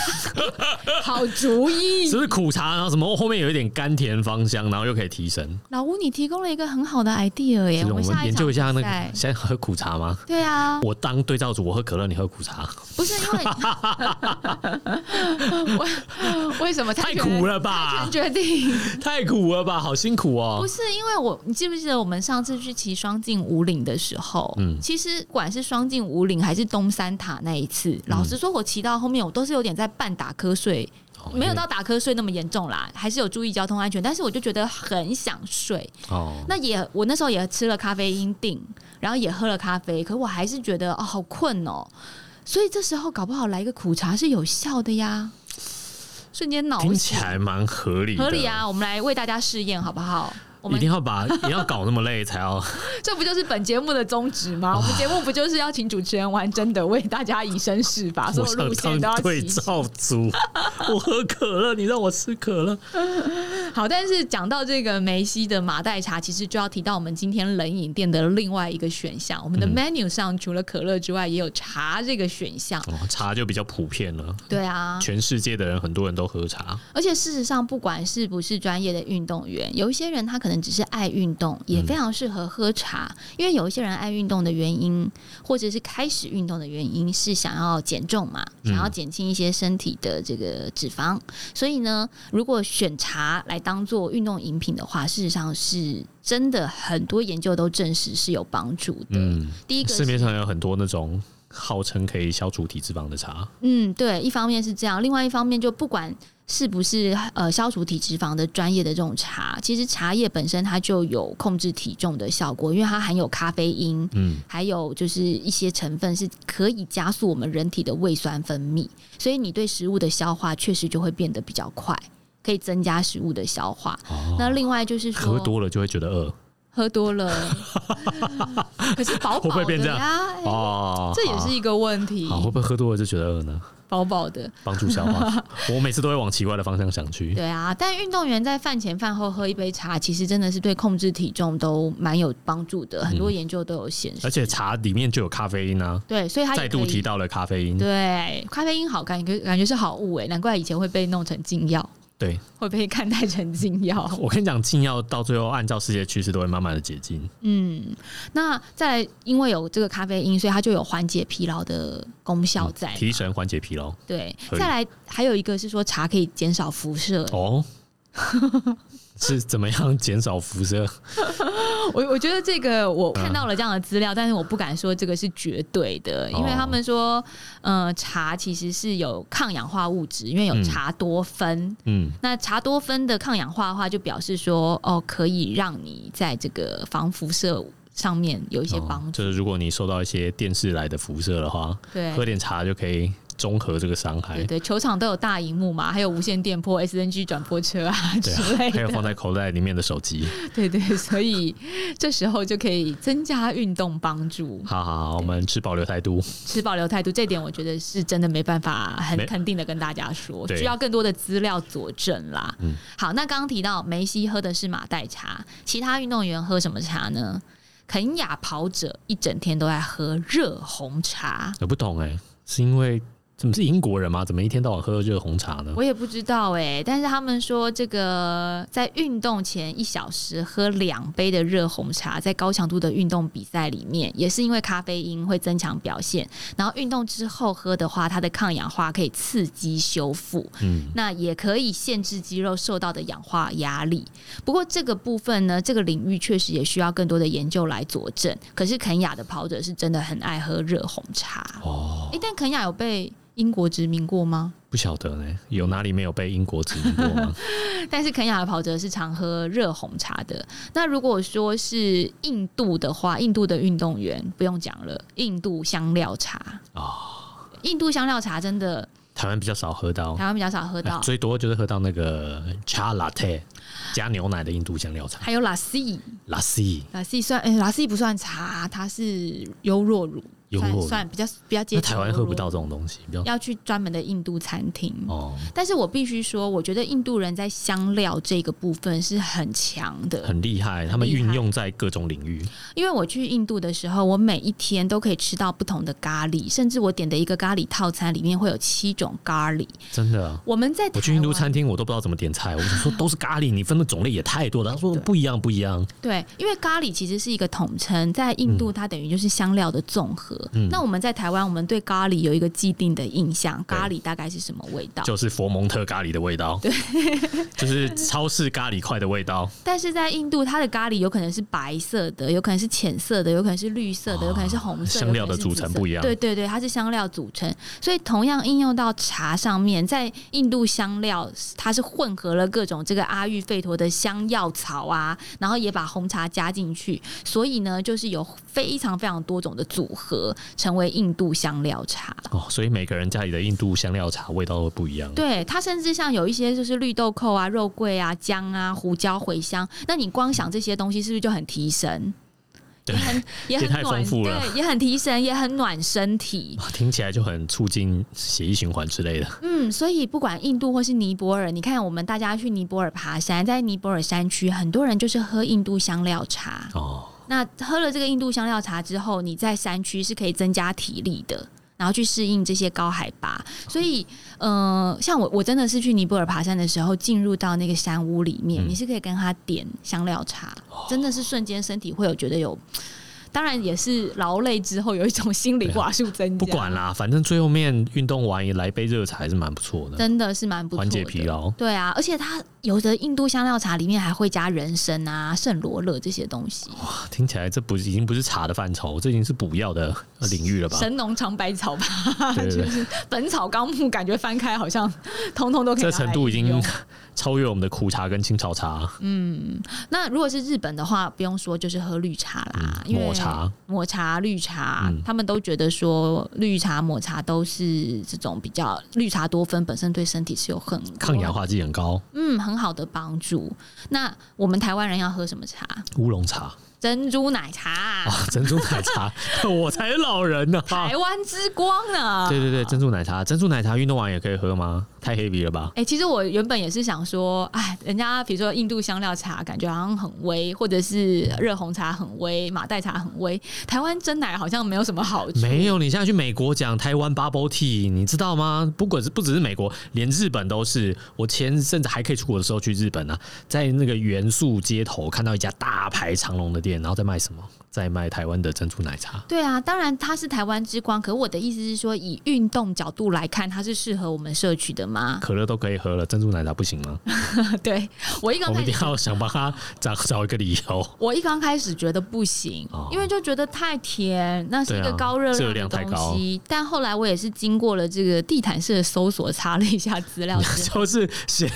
Speaker 1: 好主意
Speaker 2: 只，是苦茶，然后什么后面有一点甘甜芳香，然后又可以提神。
Speaker 1: 老吴，你提供了一个很好的 idea 耶，
Speaker 2: 其实
Speaker 1: 们下一
Speaker 2: 研究一下那
Speaker 1: 场比赛
Speaker 2: 个，先喝苦茶吗？
Speaker 1: 对啊，
Speaker 2: 我当对照组，我喝可乐，你喝苦
Speaker 1: *laughs*
Speaker 2: 茶，
Speaker 1: 不是
Speaker 2: *laughs*
Speaker 1: 因为，为为什么
Speaker 2: 太苦？了啊吧？
Speaker 1: 决定
Speaker 2: 太苦了吧？好辛苦哦
Speaker 1: 不！是因为我，你记不记得我们上次去骑双径五岭的时候？
Speaker 2: 嗯
Speaker 1: 其实不管是双径五岭还是东山塔那一次，
Speaker 2: 嗯
Speaker 1: 老实说，我骑到后面我都是有点在半打瞌睡，
Speaker 2: 哦
Speaker 1: 没有到打瞌睡那么严重啦，还是有注意交通安全，但是我就觉得很想睡。
Speaker 2: 哦，
Speaker 1: 那也我那时候也吃了咖啡因定，然后也喝了咖啡，可我还是觉得哦好困哦，所以这时候搞不好来一个苦茶是有效的 *laughs* 呀，瞬间脑
Speaker 2: 听
Speaker 1: 血
Speaker 2: 起来蛮合理，
Speaker 1: 合理。啊，我们来为大家试验好不好？我
Speaker 2: 一
Speaker 1: 们
Speaker 2: 定要把也要搞那么累才
Speaker 1: *laughs*
Speaker 2: 要，
Speaker 1: 这不就是本节目的宗旨吗？我们节目不就是要请主持人玩真的，为大家以身
Speaker 2: *laughs*
Speaker 1: 试法，所
Speaker 2: 我
Speaker 1: 有路线
Speaker 2: 想
Speaker 1: 都要
Speaker 2: 当对
Speaker 1: 骑行。
Speaker 2: 照
Speaker 1: *laughs*
Speaker 2: 组，我喝可乐，你让我吃可乐，
Speaker 1: *laughs* 好，但是讲到这个梅西的马黛茶，其实就要提到我们今天冷饮店的另外一个选项。我们的
Speaker 2: 嗯
Speaker 1: menu 上除了可乐之外，也有茶这个选项。
Speaker 2: 哦，茶就比较普遍了，
Speaker 1: 对啊，
Speaker 2: 全世界的人很多人都喝茶，
Speaker 1: 而且事实上，不管是不是专业的运动员，有一些人他可能只是爱运动，
Speaker 2: 嗯
Speaker 1: 也非常适合喝茶。因为有一些人爱运动的原因，或者是开始运动的原因是想要减重嘛，想
Speaker 2: 嗯
Speaker 1: 要减轻一些身体的这个脂肪。所以呢，如果选茶来当做运动饮品的话，事实上是真的很多研究都证实是有帮助的。
Speaker 2: 嗯，
Speaker 1: 第一个
Speaker 2: 市
Speaker 1: 是
Speaker 2: 面上有很多那种号称可以消除体脂肪的茶，
Speaker 1: 嗯，对，一方面是这样，另外一方面就不管是不是呃消除体脂肪的专业的这种茶，其实茶叶本身它就有控制体重的效果，因为它含有咖啡因，
Speaker 2: 嗯，
Speaker 1: 还有就是一些成分是可以加速我们人体的胃酸分泌，所以你对食物的消化确实就会变得比较快。可以增加食物的消化。那另外就是说，
Speaker 2: 哦喝多了就会觉得饿
Speaker 1: 喝
Speaker 2: *laughs*
Speaker 1: 多了，可是饱
Speaker 2: 会不会
Speaker 1: 饱的
Speaker 2: 变这样
Speaker 1: 呀，哎
Speaker 2: 哦，
Speaker 1: 这也是一个问题
Speaker 2: 好。。好，会不会喝多了就觉得饿呢？
Speaker 1: 饱饱的，
Speaker 2: 帮助消
Speaker 1: *laughs*
Speaker 2: 化，我每次都会往奇怪的方向想去。
Speaker 1: 对啊，但运动员在饭前饭后喝一杯茶，其实真的是对控制体重都蛮有帮助的，很多研究都有显示。
Speaker 2: 嗯而且茶里面就有咖啡因啊，
Speaker 1: 对，所以他也
Speaker 2: 再度
Speaker 1: 可以
Speaker 2: 提到了咖啡因，
Speaker 1: 对咖啡因好感觉感觉是好物哎、难怪以前会被弄成禁药，
Speaker 2: 对
Speaker 1: 会被看待成
Speaker 2: *laughs*
Speaker 1: 禁药。
Speaker 2: 我跟你讲，禁药到最后按照世界趋势都会慢慢的解禁。
Speaker 1: 嗯，那再来因为有这个咖啡因，所以它就有缓解疲劳的功效在。
Speaker 2: 嗯提神缓解疲劳
Speaker 1: 对，
Speaker 2: 合理
Speaker 1: 再来还有一个是说茶可以减少辐射， *laughs*
Speaker 2: 哦。是怎么样减少辐射？
Speaker 1: *laughs* 我我觉得这个我看到了这样的资料，但是我不敢说这个是绝对的，
Speaker 2: 哦
Speaker 1: 因为他们说，呃，茶其实是有抗氧化物质，因为有
Speaker 2: 嗯
Speaker 1: 茶多酚。
Speaker 2: 嗯，
Speaker 1: 那茶多酚的抗氧化的话，就表示说，哦，可以让你在这个防辐射上面有一些帮
Speaker 2: 哦
Speaker 1: 助。
Speaker 2: 就是如果你受到一些电视来的辐射的话，
Speaker 1: 对
Speaker 2: 喝点茶就可以中和这个伤害
Speaker 1: 对。对，球场都有大荧幕嘛，还有无线电波、SNG 转播车啊
Speaker 2: 对
Speaker 1: 之类
Speaker 2: 啊，还有
Speaker 1: 的。
Speaker 2: 放在口袋里面的手
Speaker 1: *laughs*
Speaker 2: 机。
Speaker 1: 对对，所以这时候就可以增加运动帮助。
Speaker 2: 好好，好我们持保留态度。
Speaker 1: 持保留态度，这点我觉得是真的没办法很
Speaker 2: 没
Speaker 1: 肯定的跟大家说，
Speaker 2: 对
Speaker 1: 需要更多的资料佐证啦。
Speaker 2: 嗯
Speaker 1: 好，那刚刚提到梅西喝的是马黛茶，其他运动员喝什么茶呢？肯雅跑者一整天都在喝热红茶，
Speaker 2: 我不懂哎、是因为怎么是英国人吗？怎么一天到晚喝热红茶呢？
Speaker 1: 我也不知道哎、但是他们说这个在运动前一小时喝两杯的热红茶，在高强度的运动比赛里面，也是因为咖啡因会增强表现。然后运动之后喝的话，它的抗氧化可以刺激修复，
Speaker 2: 嗯，
Speaker 1: 那也可以限制肌肉受到的氧化压力。不过这个部分呢，这个领域确实也需要更多的研究来佐证。可是肯雅的跑者是真的很爱喝热红茶。
Speaker 2: 哦，
Speaker 1: 诶，但肯雅有被英国殖民过吗？
Speaker 2: 不晓得呢、有哪里没有被英国殖民过
Speaker 1: *laughs*
Speaker 2: 吗？
Speaker 1: 但是肯雅的跑者是常喝热红茶的。那如果说是印度的话，印度的运动员不用讲了，印度香料茶
Speaker 2: 哦，
Speaker 1: 印度香料茶真的
Speaker 2: 台湾比较少喝到
Speaker 1: 台，湾比较少喝到，
Speaker 2: 哦啊哎最多就是喝到那个 cha latte 加牛奶的印度香料茶
Speaker 1: 还有拉西，
Speaker 2: 拉西
Speaker 1: 拉西算，哎、拉西不算茶，它是优酪乳，
Speaker 2: 有
Speaker 1: 算
Speaker 2: 我
Speaker 1: 算比较比较接
Speaker 2: 那
Speaker 1: 近
Speaker 2: 台湾
Speaker 1: 欧
Speaker 2: 喝
Speaker 1: 陆
Speaker 2: 不到这种东西，比较
Speaker 1: 要去专门的印度餐厅。
Speaker 2: 哦，
Speaker 1: 但是我必须说，我觉得印度人在香料这个部分是很强的，
Speaker 2: 很厉害，他们
Speaker 1: 厉害
Speaker 2: 运用在各种领域。
Speaker 1: 因为我去印度的时候，我每一天都可以吃到不同的咖喱，甚至我点的一个咖喱套餐里面会有七种咖喱。
Speaker 2: 真的啊，
Speaker 1: 我们在
Speaker 2: 我去
Speaker 1: 台
Speaker 2: 印度
Speaker 1: 湾
Speaker 2: 餐厅，我都不知道怎么点菜。我想说都是咖喱，你分的种类也太多了。他说
Speaker 1: 对
Speaker 2: 不一样，不一样。
Speaker 1: 对，因为咖喱其实是一个统称，在印度它等于就是香料的综合。
Speaker 2: 嗯
Speaker 1: 那我们在台湾，我们对咖喱有一个既定的印象，
Speaker 2: 对
Speaker 1: 咖喱大概是什么味道？
Speaker 2: 就是佛蒙特咖喱的味道，对，就是超市咖喱块的味道。
Speaker 1: 但是在印度，它的咖喱有可能是白色的，有可能是浅色的，有可能是绿色的，有可能是红
Speaker 2: 啊
Speaker 1: 色。
Speaker 2: 香料的
Speaker 1: 有可能是紫色
Speaker 2: 组成不一样
Speaker 1: 对对对，它是香料组成，所以同样应用到茶上面，在印度香料它是混合了各种这个阿育吠陀的香药草啊，然后也把红茶加进去，所以呢，就是有非常非常多种的组合，成为印度香料茶。
Speaker 2: 哦，所以每个人家里的印度香料茶味道都不一样。
Speaker 1: 对，它甚至像有一些就是绿豆蔻啊、肉桂啊、姜啊、胡椒、茴香，那你光想这些东西是不是就很提神？
Speaker 2: 对
Speaker 1: 也很
Speaker 2: 也
Speaker 1: 也很
Speaker 2: 太丰
Speaker 1: 暖，
Speaker 2: 富了
Speaker 1: 对，也很提神，也很暖身体。
Speaker 2: 哇哦听起来就很促进血液循环之类的。
Speaker 1: 嗯，所以不管印度或是尼泊尔，你看我们大家去尼泊尔爬山，在尼泊尔山区，很多人就是喝印度香料茶。
Speaker 2: 哦，
Speaker 1: 那喝了这个印度香料茶之后，你在山区是可以增加体力的，然后去适应这些高海拔。所以，呃，像我，我真的是去尼泊尔爬山的时候，进入到那个山屋里面，
Speaker 2: 嗯
Speaker 1: 你是可以跟他点香料茶，真的是瞬间身体会有觉得有。当然也是劳累之后有一种心理瓦数增加，
Speaker 2: 不管，啦，反正最后面运动完也来杯热茶还是蛮不错的，
Speaker 1: 真的是蛮不错
Speaker 2: 缓
Speaker 1: 的。
Speaker 2: 解疲劳。 *laughs*
Speaker 1: 对啊，而且它有的印度香料茶里面还会加人参啊、圣罗勒这些东西，
Speaker 2: 哇听起来这不已经不是茶的范畴，这已经是补药
Speaker 1: *laughs*
Speaker 2: 的领域了吧？
Speaker 1: 神农尝百草吧，
Speaker 2: 对对
Speaker 1: 就
Speaker 2: 对，
Speaker 1: 是《本草纲目》，感觉翻开好像通通都可以。
Speaker 2: 这程度已经。 *laughs* 超越我们的苦茶跟清草茶、
Speaker 1: 啊那如果是日本的话，不用说，就是喝绿茶啦，因
Speaker 2: 嗯
Speaker 1: 为
Speaker 2: 抹、茶。
Speaker 1: 抹茶、绿茶，
Speaker 2: 嗯
Speaker 1: 他们都觉得说绿茶、抹茶都是这种比较绿茶多酚本身对身体是有很
Speaker 2: 抗氧，化剂很高，
Speaker 1: 嗯，很好的帮助。那我们台湾人要喝什么茶？
Speaker 2: 乌龙茶
Speaker 1: 珍珠奶茶，
Speaker 2: 啊， *laughs* 珍珠奶茶，我才老人呢、
Speaker 1: 台湾之光呢？
Speaker 2: 哦对对对，珍珠奶茶，珍珠奶茶运动完也可以喝吗？太 heavy 了吧？
Speaker 1: 哎、其实我原本也是想说，哎，人家比如说印度香料茶，感觉好像很威，或者是热红茶很威，马黛茶很威，台湾真奶好像没有什么好处。
Speaker 2: 没有，你现在去美国讲台湾 bubble tea，你知道吗？不管是不只是美国，连日本都是。我前甚至还可以出国的时候去日本啊，在那个元素街头看到一家大排长龙的店，然后在卖什么？在卖台湾的珍珠奶茶。
Speaker 1: 对啊，当然它是台湾之光，可我的意思是说，以运动角度来看，它是适合我们社区的吗？ *laughs*
Speaker 2: 可乐都可以喝了，珍珠奶茶不行吗？
Speaker 1: 对我一刚
Speaker 2: 我们
Speaker 1: 开
Speaker 2: 一定
Speaker 1: 始。
Speaker 2: 要想帮他找找一个理由。 *laughs*
Speaker 1: 我一刚开始觉得不行，
Speaker 2: 哦
Speaker 1: 因为就觉得太甜，那是一
Speaker 2: 对
Speaker 1: 个
Speaker 2: 啊
Speaker 1: 高热
Speaker 2: 热
Speaker 1: 量
Speaker 2: 量
Speaker 1: 的
Speaker 2: 太
Speaker 1: 东西。但后来我也是经过了这个地毯式的搜索，查了一下资料之后，
Speaker 2: 就是先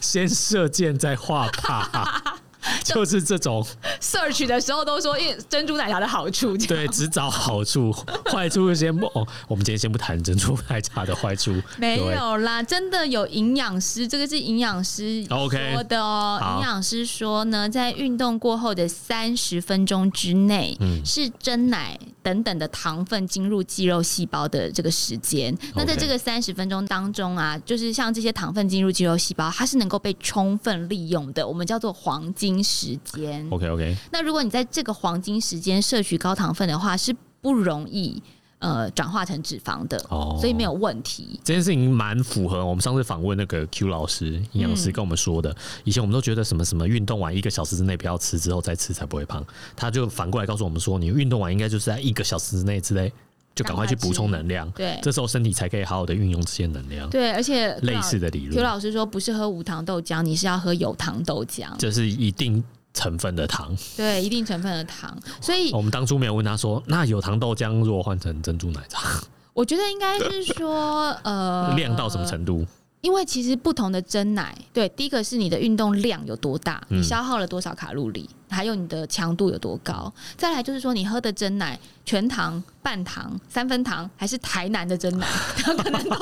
Speaker 2: 先射箭再画靶，
Speaker 1: *laughs*
Speaker 2: 就是这种
Speaker 1: search 的时候都说因珍珠奶茶的好处，这样
Speaker 2: 对，只找好处，坏处就先不。哦，我们今天先不谈珍珠奶茶的坏处，
Speaker 1: 没
Speaker 2: 各位。
Speaker 1: 有啦，真的有营养师，这个是营养师
Speaker 2: OK，
Speaker 1: 说的哦、
Speaker 2: 好
Speaker 1: 营养师说呢，在运动过后的三十分钟之内，
Speaker 2: 嗯
Speaker 1: 是真奶等等的糖分进入肌肉细胞的这个时间。那在
Speaker 2: OK
Speaker 1: 这个三十分钟当中啊，就是像这些糖分进入肌肉细胞，它是能够被充分利用的，我们叫做黄金时间。
Speaker 2: OK OK，
Speaker 1: 那如果你在这个黄金时间摄取高糖分的话，是不容易呃转化成脂肪的，
Speaker 2: 哦
Speaker 1: 所以没有问题。
Speaker 2: 这件事情蛮符合我们上次访问那个 Q 老师营养
Speaker 1: 嗯
Speaker 2: 师跟我们说的。以前我们都觉得什么什么运动完一个小时之内不要吃，之后再吃才不会胖。他就反过来告诉我们说，你运动完应该就是在一个小时之内之内就赶快去补充能量，
Speaker 1: 对
Speaker 2: 这时候身体才可以好好的运用这些能量。
Speaker 1: 对，而且
Speaker 2: 类似的理
Speaker 1: 邱
Speaker 2: 论，
Speaker 1: 老师说，不是喝无糖豆浆，你是要喝有糖
Speaker 2: *laughs*
Speaker 1: 豆浆，
Speaker 2: 这是一定成分的糖。
Speaker 1: 对，一定成分的糖。所以
Speaker 2: 我们当初没有问他说，那有糖豆浆如果换成珍珠奶茶，
Speaker 1: 我觉得应该是说，呃，
Speaker 2: 量到什么程度？
Speaker 1: 因为其实不同的真奶，对，第一个是你的运动量有多大，你消耗了多少卡路里，还有你的强度有多高。再来就是说，你喝的真奶全糖、半糖、三分糖，还是台南的真奶， *laughs* 它可能都会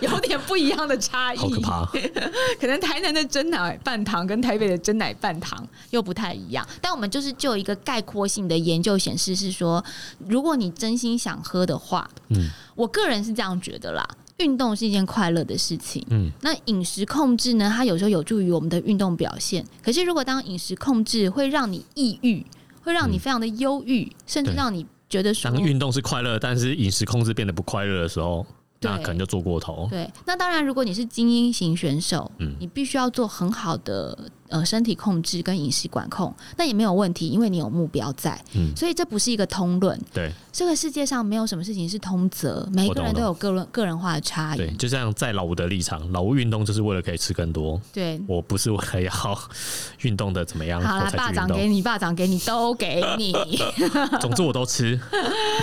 Speaker 1: *laughs* 有点不哎一样的差异。
Speaker 2: 好可怕！
Speaker 1: 可能台南的真奶半糖跟台北的真奶半糖又不太一样。但我们就是就一个概括性的研究显示是说，如果你真心想喝的话，
Speaker 2: 嗯
Speaker 1: 我个人是这样觉得啦。运动是一件快乐的事情，
Speaker 2: 嗯，
Speaker 1: 那饮食控制呢？它有时候有助于我们的运动表现。可是，如果当饮食控制会让你抑郁，会让你非常的忧郁，甚至
Speaker 2: 嗯对
Speaker 1: 让你觉得说
Speaker 2: 当运动是快乐，但是饮食控制变得不快乐的时候，
Speaker 1: 对
Speaker 2: 那可能就做过头。
Speaker 1: 对，那当然，如果你是精英型选手，
Speaker 2: 哦嗯
Speaker 1: 你必须要做很好的呃身体控制跟饮食管控，那也没有问题，因为你有目标在，
Speaker 2: 嗯
Speaker 1: 所以这不是一个通论。
Speaker 2: 对
Speaker 1: 这个世界上没有什么事情是通则，每一
Speaker 2: 我
Speaker 1: 个
Speaker 2: 懂
Speaker 1: 人
Speaker 2: 我
Speaker 1: 都
Speaker 2: 懂
Speaker 1: 有个人个人化的差异。
Speaker 2: 对，就像在老吴的立场，老吴运动就是为了可以吃更多，
Speaker 1: 对
Speaker 2: 我不是为了要运动的怎么样，
Speaker 1: 嗯好
Speaker 2: 我
Speaker 1: 啦，
Speaker 2: 才
Speaker 1: 霸
Speaker 2: 去运
Speaker 1: 掌给
Speaker 2: 动。
Speaker 1: 你，霸掌给你，都给你。
Speaker 2: *laughs* 总之我都
Speaker 1: *laughs*
Speaker 2: 吃，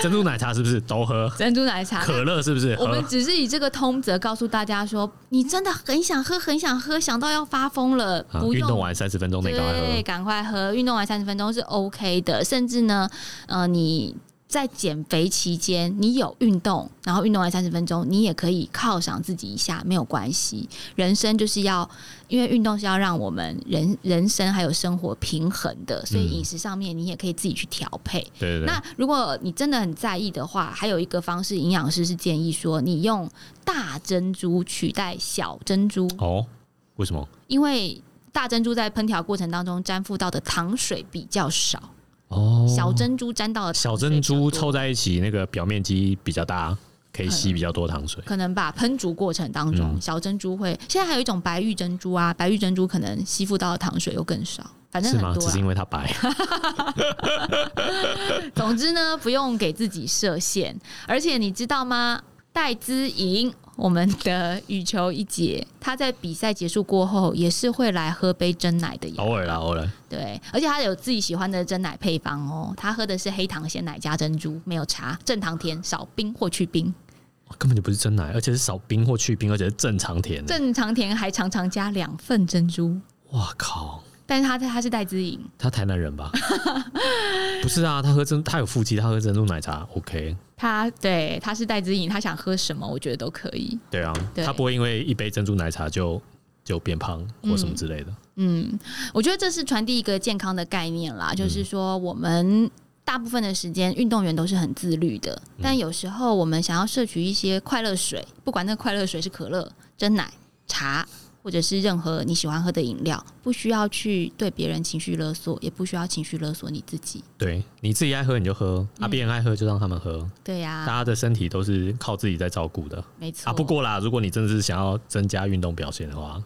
Speaker 2: 珍珠奶茶是不是都喝？
Speaker 1: 珍珠奶茶，
Speaker 2: 可啊乐是不是
Speaker 1: 我们
Speaker 2: 喝？
Speaker 1: 只是以这个通则告诉大家说，你真的很想喝，很想喝，想到要发疯了，
Speaker 2: 啊
Speaker 1: 不
Speaker 2: 运、
Speaker 1: 用
Speaker 2: 动完三十分钟内赶快
Speaker 1: 对，
Speaker 2: 喝。
Speaker 1: 赶快喝，运动完三十分钟是 OK 的，甚至呢，呃，你。在减肥期间，你有运动，然后运动完三十分钟，你也可以犒赏自己一下，没有关系。人生就是要，因为运动是要让我们人人生还有生活平衡的，所以
Speaker 2: 嗯
Speaker 1: 饮食上面你也可以自己去调配。
Speaker 2: 对对对
Speaker 1: 那，如果你真的很在意的话，还有一个方式，营养师是建议说，你用大珍珠取代小珍珠，
Speaker 2: 哦，为什么？
Speaker 1: 因为大珍珠在烹调过程当中沾附到的糖水比较少，
Speaker 2: 哦，
Speaker 1: 小珍珠沾到的糖
Speaker 2: 小
Speaker 1: 水
Speaker 2: 珍珠
Speaker 1: 比较多
Speaker 2: 凑在一起，那个表面积比较大，可以
Speaker 1: 嗯
Speaker 2: 吸比较多糖水。
Speaker 1: 可能吧，烹煮过程当中，
Speaker 2: 嗯
Speaker 1: 小珍珠会现在还有一种白玉珍珠啊，白玉珍珠可能吸附到的糖水又更少，反正
Speaker 2: 是
Speaker 1: 很
Speaker 2: 吗？
Speaker 1: 多啊
Speaker 2: 只
Speaker 1: 啦
Speaker 2: 是因为它白，
Speaker 1: 总之呢，不用给自己设限，而且你知道吗？戴资颖，我们的羽球一姐，她在比赛结束过后也是会来喝杯真奶的呀。
Speaker 2: 偶尔啦，偶尔。
Speaker 1: 对，而且她有自己喜欢的真奶配方哦，她喝的是黑糖鲜奶加珍珠，没有茶，正糖甜，少冰或去冰，
Speaker 2: 哦根本就不是真奶，而且是少冰或去冰，而且是正常甜的。
Speaker 1: 正常甜还常常加两份珍珠。
Speaker 2: 哇靠！
Speaker 1: 但是她她是戴资颖，
Speaker 2: 他台南人吧？不是啊，他喝珍，他有腹肌，他喝珍珠奶茶，OK。
Speaker 1: 她对她是戴资颖，她想喝什么我觉得都可以。
Speaker 2: 对啊，
Speaker 1: 对
Speaker 2: 他不会因为一杯珍珠奶茶就就变胖或什么之类的。
Speaker 1: 嗯，我觉得这是传递一个健康的概念
Speaker 2: 嗯
Speaker 1: 啦，就是说我们。大部分的时间，运动员都是很自律的，
Speaker 2: 嗯
Speaker 1: 但有时候我们想要摄取一些快乐水，不管那快乐水是可乐、真奶、茶，或者是任何你喜欢喝的饮料，不需要去对别人情绪勒索，也不需要情绪勒索你自己。
Speaker 2: 对，你自己爱喝你就喝，啊，别人爱喝就让他们喝。
Speaker 1: 对呀、
Speaker 2: 大家的身体都是靠自己在照顾的
Speaker 1: 没错。
Speaker 2: 啊。不过啦，如果你真的是想要增加运动表现的话，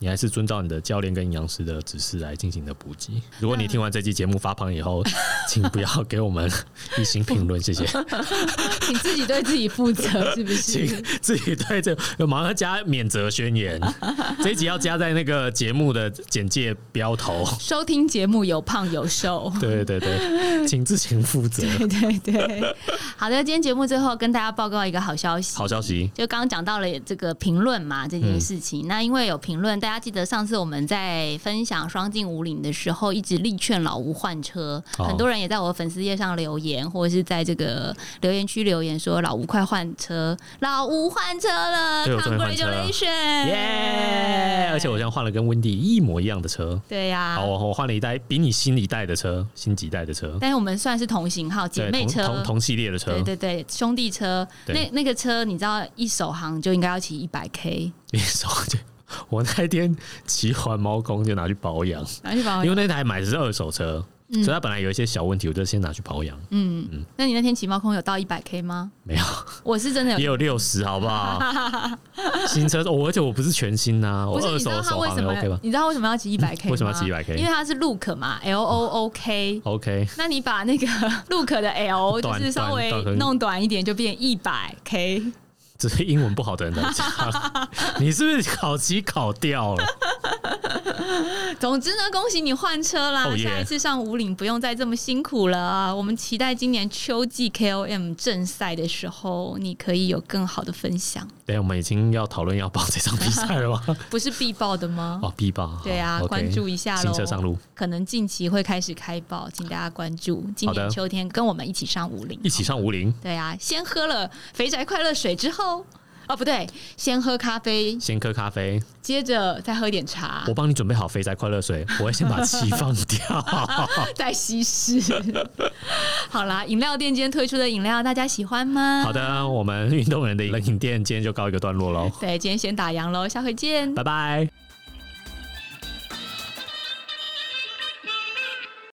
Speaker 2: 你还是遵照你的教练跟营养师的指示来进行的补给。如果你听完这期节目发胖以后，请不要给我们 *laughs* 一星评论，谢谢。
Speaker 1: 你自己对自己负责，是不
Speaker 2: 请
Speaker 1: 是？
Speaker 2: 自己对这马上加免责宣言，这一集要加在那个节目的简介标头。
Speaker 1: 收听节目有胖有瘦。 *laughs*
Speaker 2: 对对对，请自行负责。
Speaker 1: 对对对，好的，今天节目最后跟大家报告一个好消
Speaker 2: *laughs*
Speaker 1: 息。
Speaker 2: 好消息，
Speaker 1: 就刚刚讲到了这个评论嘛这件
Speaker 2: 嗯
Speaker 1: 事情，那因为有评论，大家记得上次我们在分享双镜五岭的时候，一直力劝老吴换车，
Speaker 2: 哦
Speaker 1: 很多人也在我的粉丝页上留言，或者是在这个留言区留言说老吴快换车，老吴换车了
Speaker 2: 对我终于换车了
Speaker 1: ，Congratulation，
Speaker 2: 耶！而且我现在哦换了跟温蒂一模一样的车。
Speaker 1: 对呀、
Speaker 2: 好，我我换了一代比你新一代的车，新几代的车，
Speaker 1: 但是我们算是同型号姐
Speaker 2: 对，
Speaker 1: 妹
Speaker 2: 同
Speaker 1: 车
Speaker 2: 同。同系列的车
Speaker 1: 对，
Speaker 2: *laughs*
Speaker 1: 对对，兄弟车，
Speaker 2: 对
Speaker 1: 那那个车你知道一首行就应该要骑一百 K，
Speaker 2: 你说就我那一天骑环毛公就拿去保养，
Speaker 1: 拿去保
Speaker 2: 因
Speaker 1: 养。
Speaker 2: 为那台买的是二手车，所以它本来有一些小问题，我就先拿去保养。
Speaker 1: 嗯，那你那天骑猫空有到一百 K 吗？
Speaker 2: 没有，
Speaker 1: 我是真的有
Speaker 2: 也有六十，好不
Speaker 1: *laughs*
Speaker 2: 好？新车，哦我而且我不是全新呐、我
Speaker 1: 不是，
Speaker 2: 二
Speaker 1: 你知
Speaker 2: 手
Speaker 1: 道他
Speaker 2: 手
Speaker 1: 为什
Speaker 2: 行
Speaker 1: 么？
Speaker 2: OK 吧
Speaker 1: 你知道为什
Speaker 2: *laughs*
Speaker 1: 么要骑一百 K？
Speaker 2: 为什么要骑100K
Speaker 1: 因为它是 look 嘛，L O O K。
Speaker 2: ？OK， *laughs*
Speaker 1: 那你把那个 *laughs* look 的 L 就
Speaker 2: 短
Speaker 1: 是稍微
Speaker 2: 短短
Speaker 1: 弄短一点，就变一百 K。 *laughs*
Speaker 2: 只是英文不好的人才讲。你是不是考级考掉了？
Speaker 1: 总之呢，恭喜你换车啦
Speaker 2: Oh yeah
Speaker 1: 下一次上五岭不用再这么辛苦了啊！我们期待今年秋季 KOM 正赛的时候，你可以有更好的分享，
Speaker 2: 对，我们已经要讨论要报这场比赛了
Speaker 1: *laughs*
Speaker 2: 吗？
Speaker 1: 不是必报的吗？
Speaker 2: 哦，必报。*laughs*
Speaker 1: 对
Speaker 2: 好
Speaker 1: 啊，
Speaker 2: ，OK
Speaker 1: 关注一下
Speaker 2: 新
Speaker 1: 喽。
Speaker 2: 车上路，
Speaker 1: 可能近期会开始开报，请大家关注。今
Speaker 2: 好的
Speaker 1: 年秋天跟我们一起上五岭，
Speaker 2: 一起上五菱，
Speaker 1: 对啊，先喝了肥宅快乐水之后，哦不对，先喝咖啡，
Speaker 2: 先喝咖啡，
Speaker 1: 接着再喝点茶
Speaker 2: 我，帮你准备好肥宅快乐水，我会先把气放掉。
Speaker 1: 再稀释。好啦，饮料店今天推出的饮料大家喜欢吗？
Speaker 2: 好的，我们运动人的冷饮店今天就告一个段落喽，
Speaker 1: 对，今天先打烊喽，下回见。
Speaker 2: 拜拜。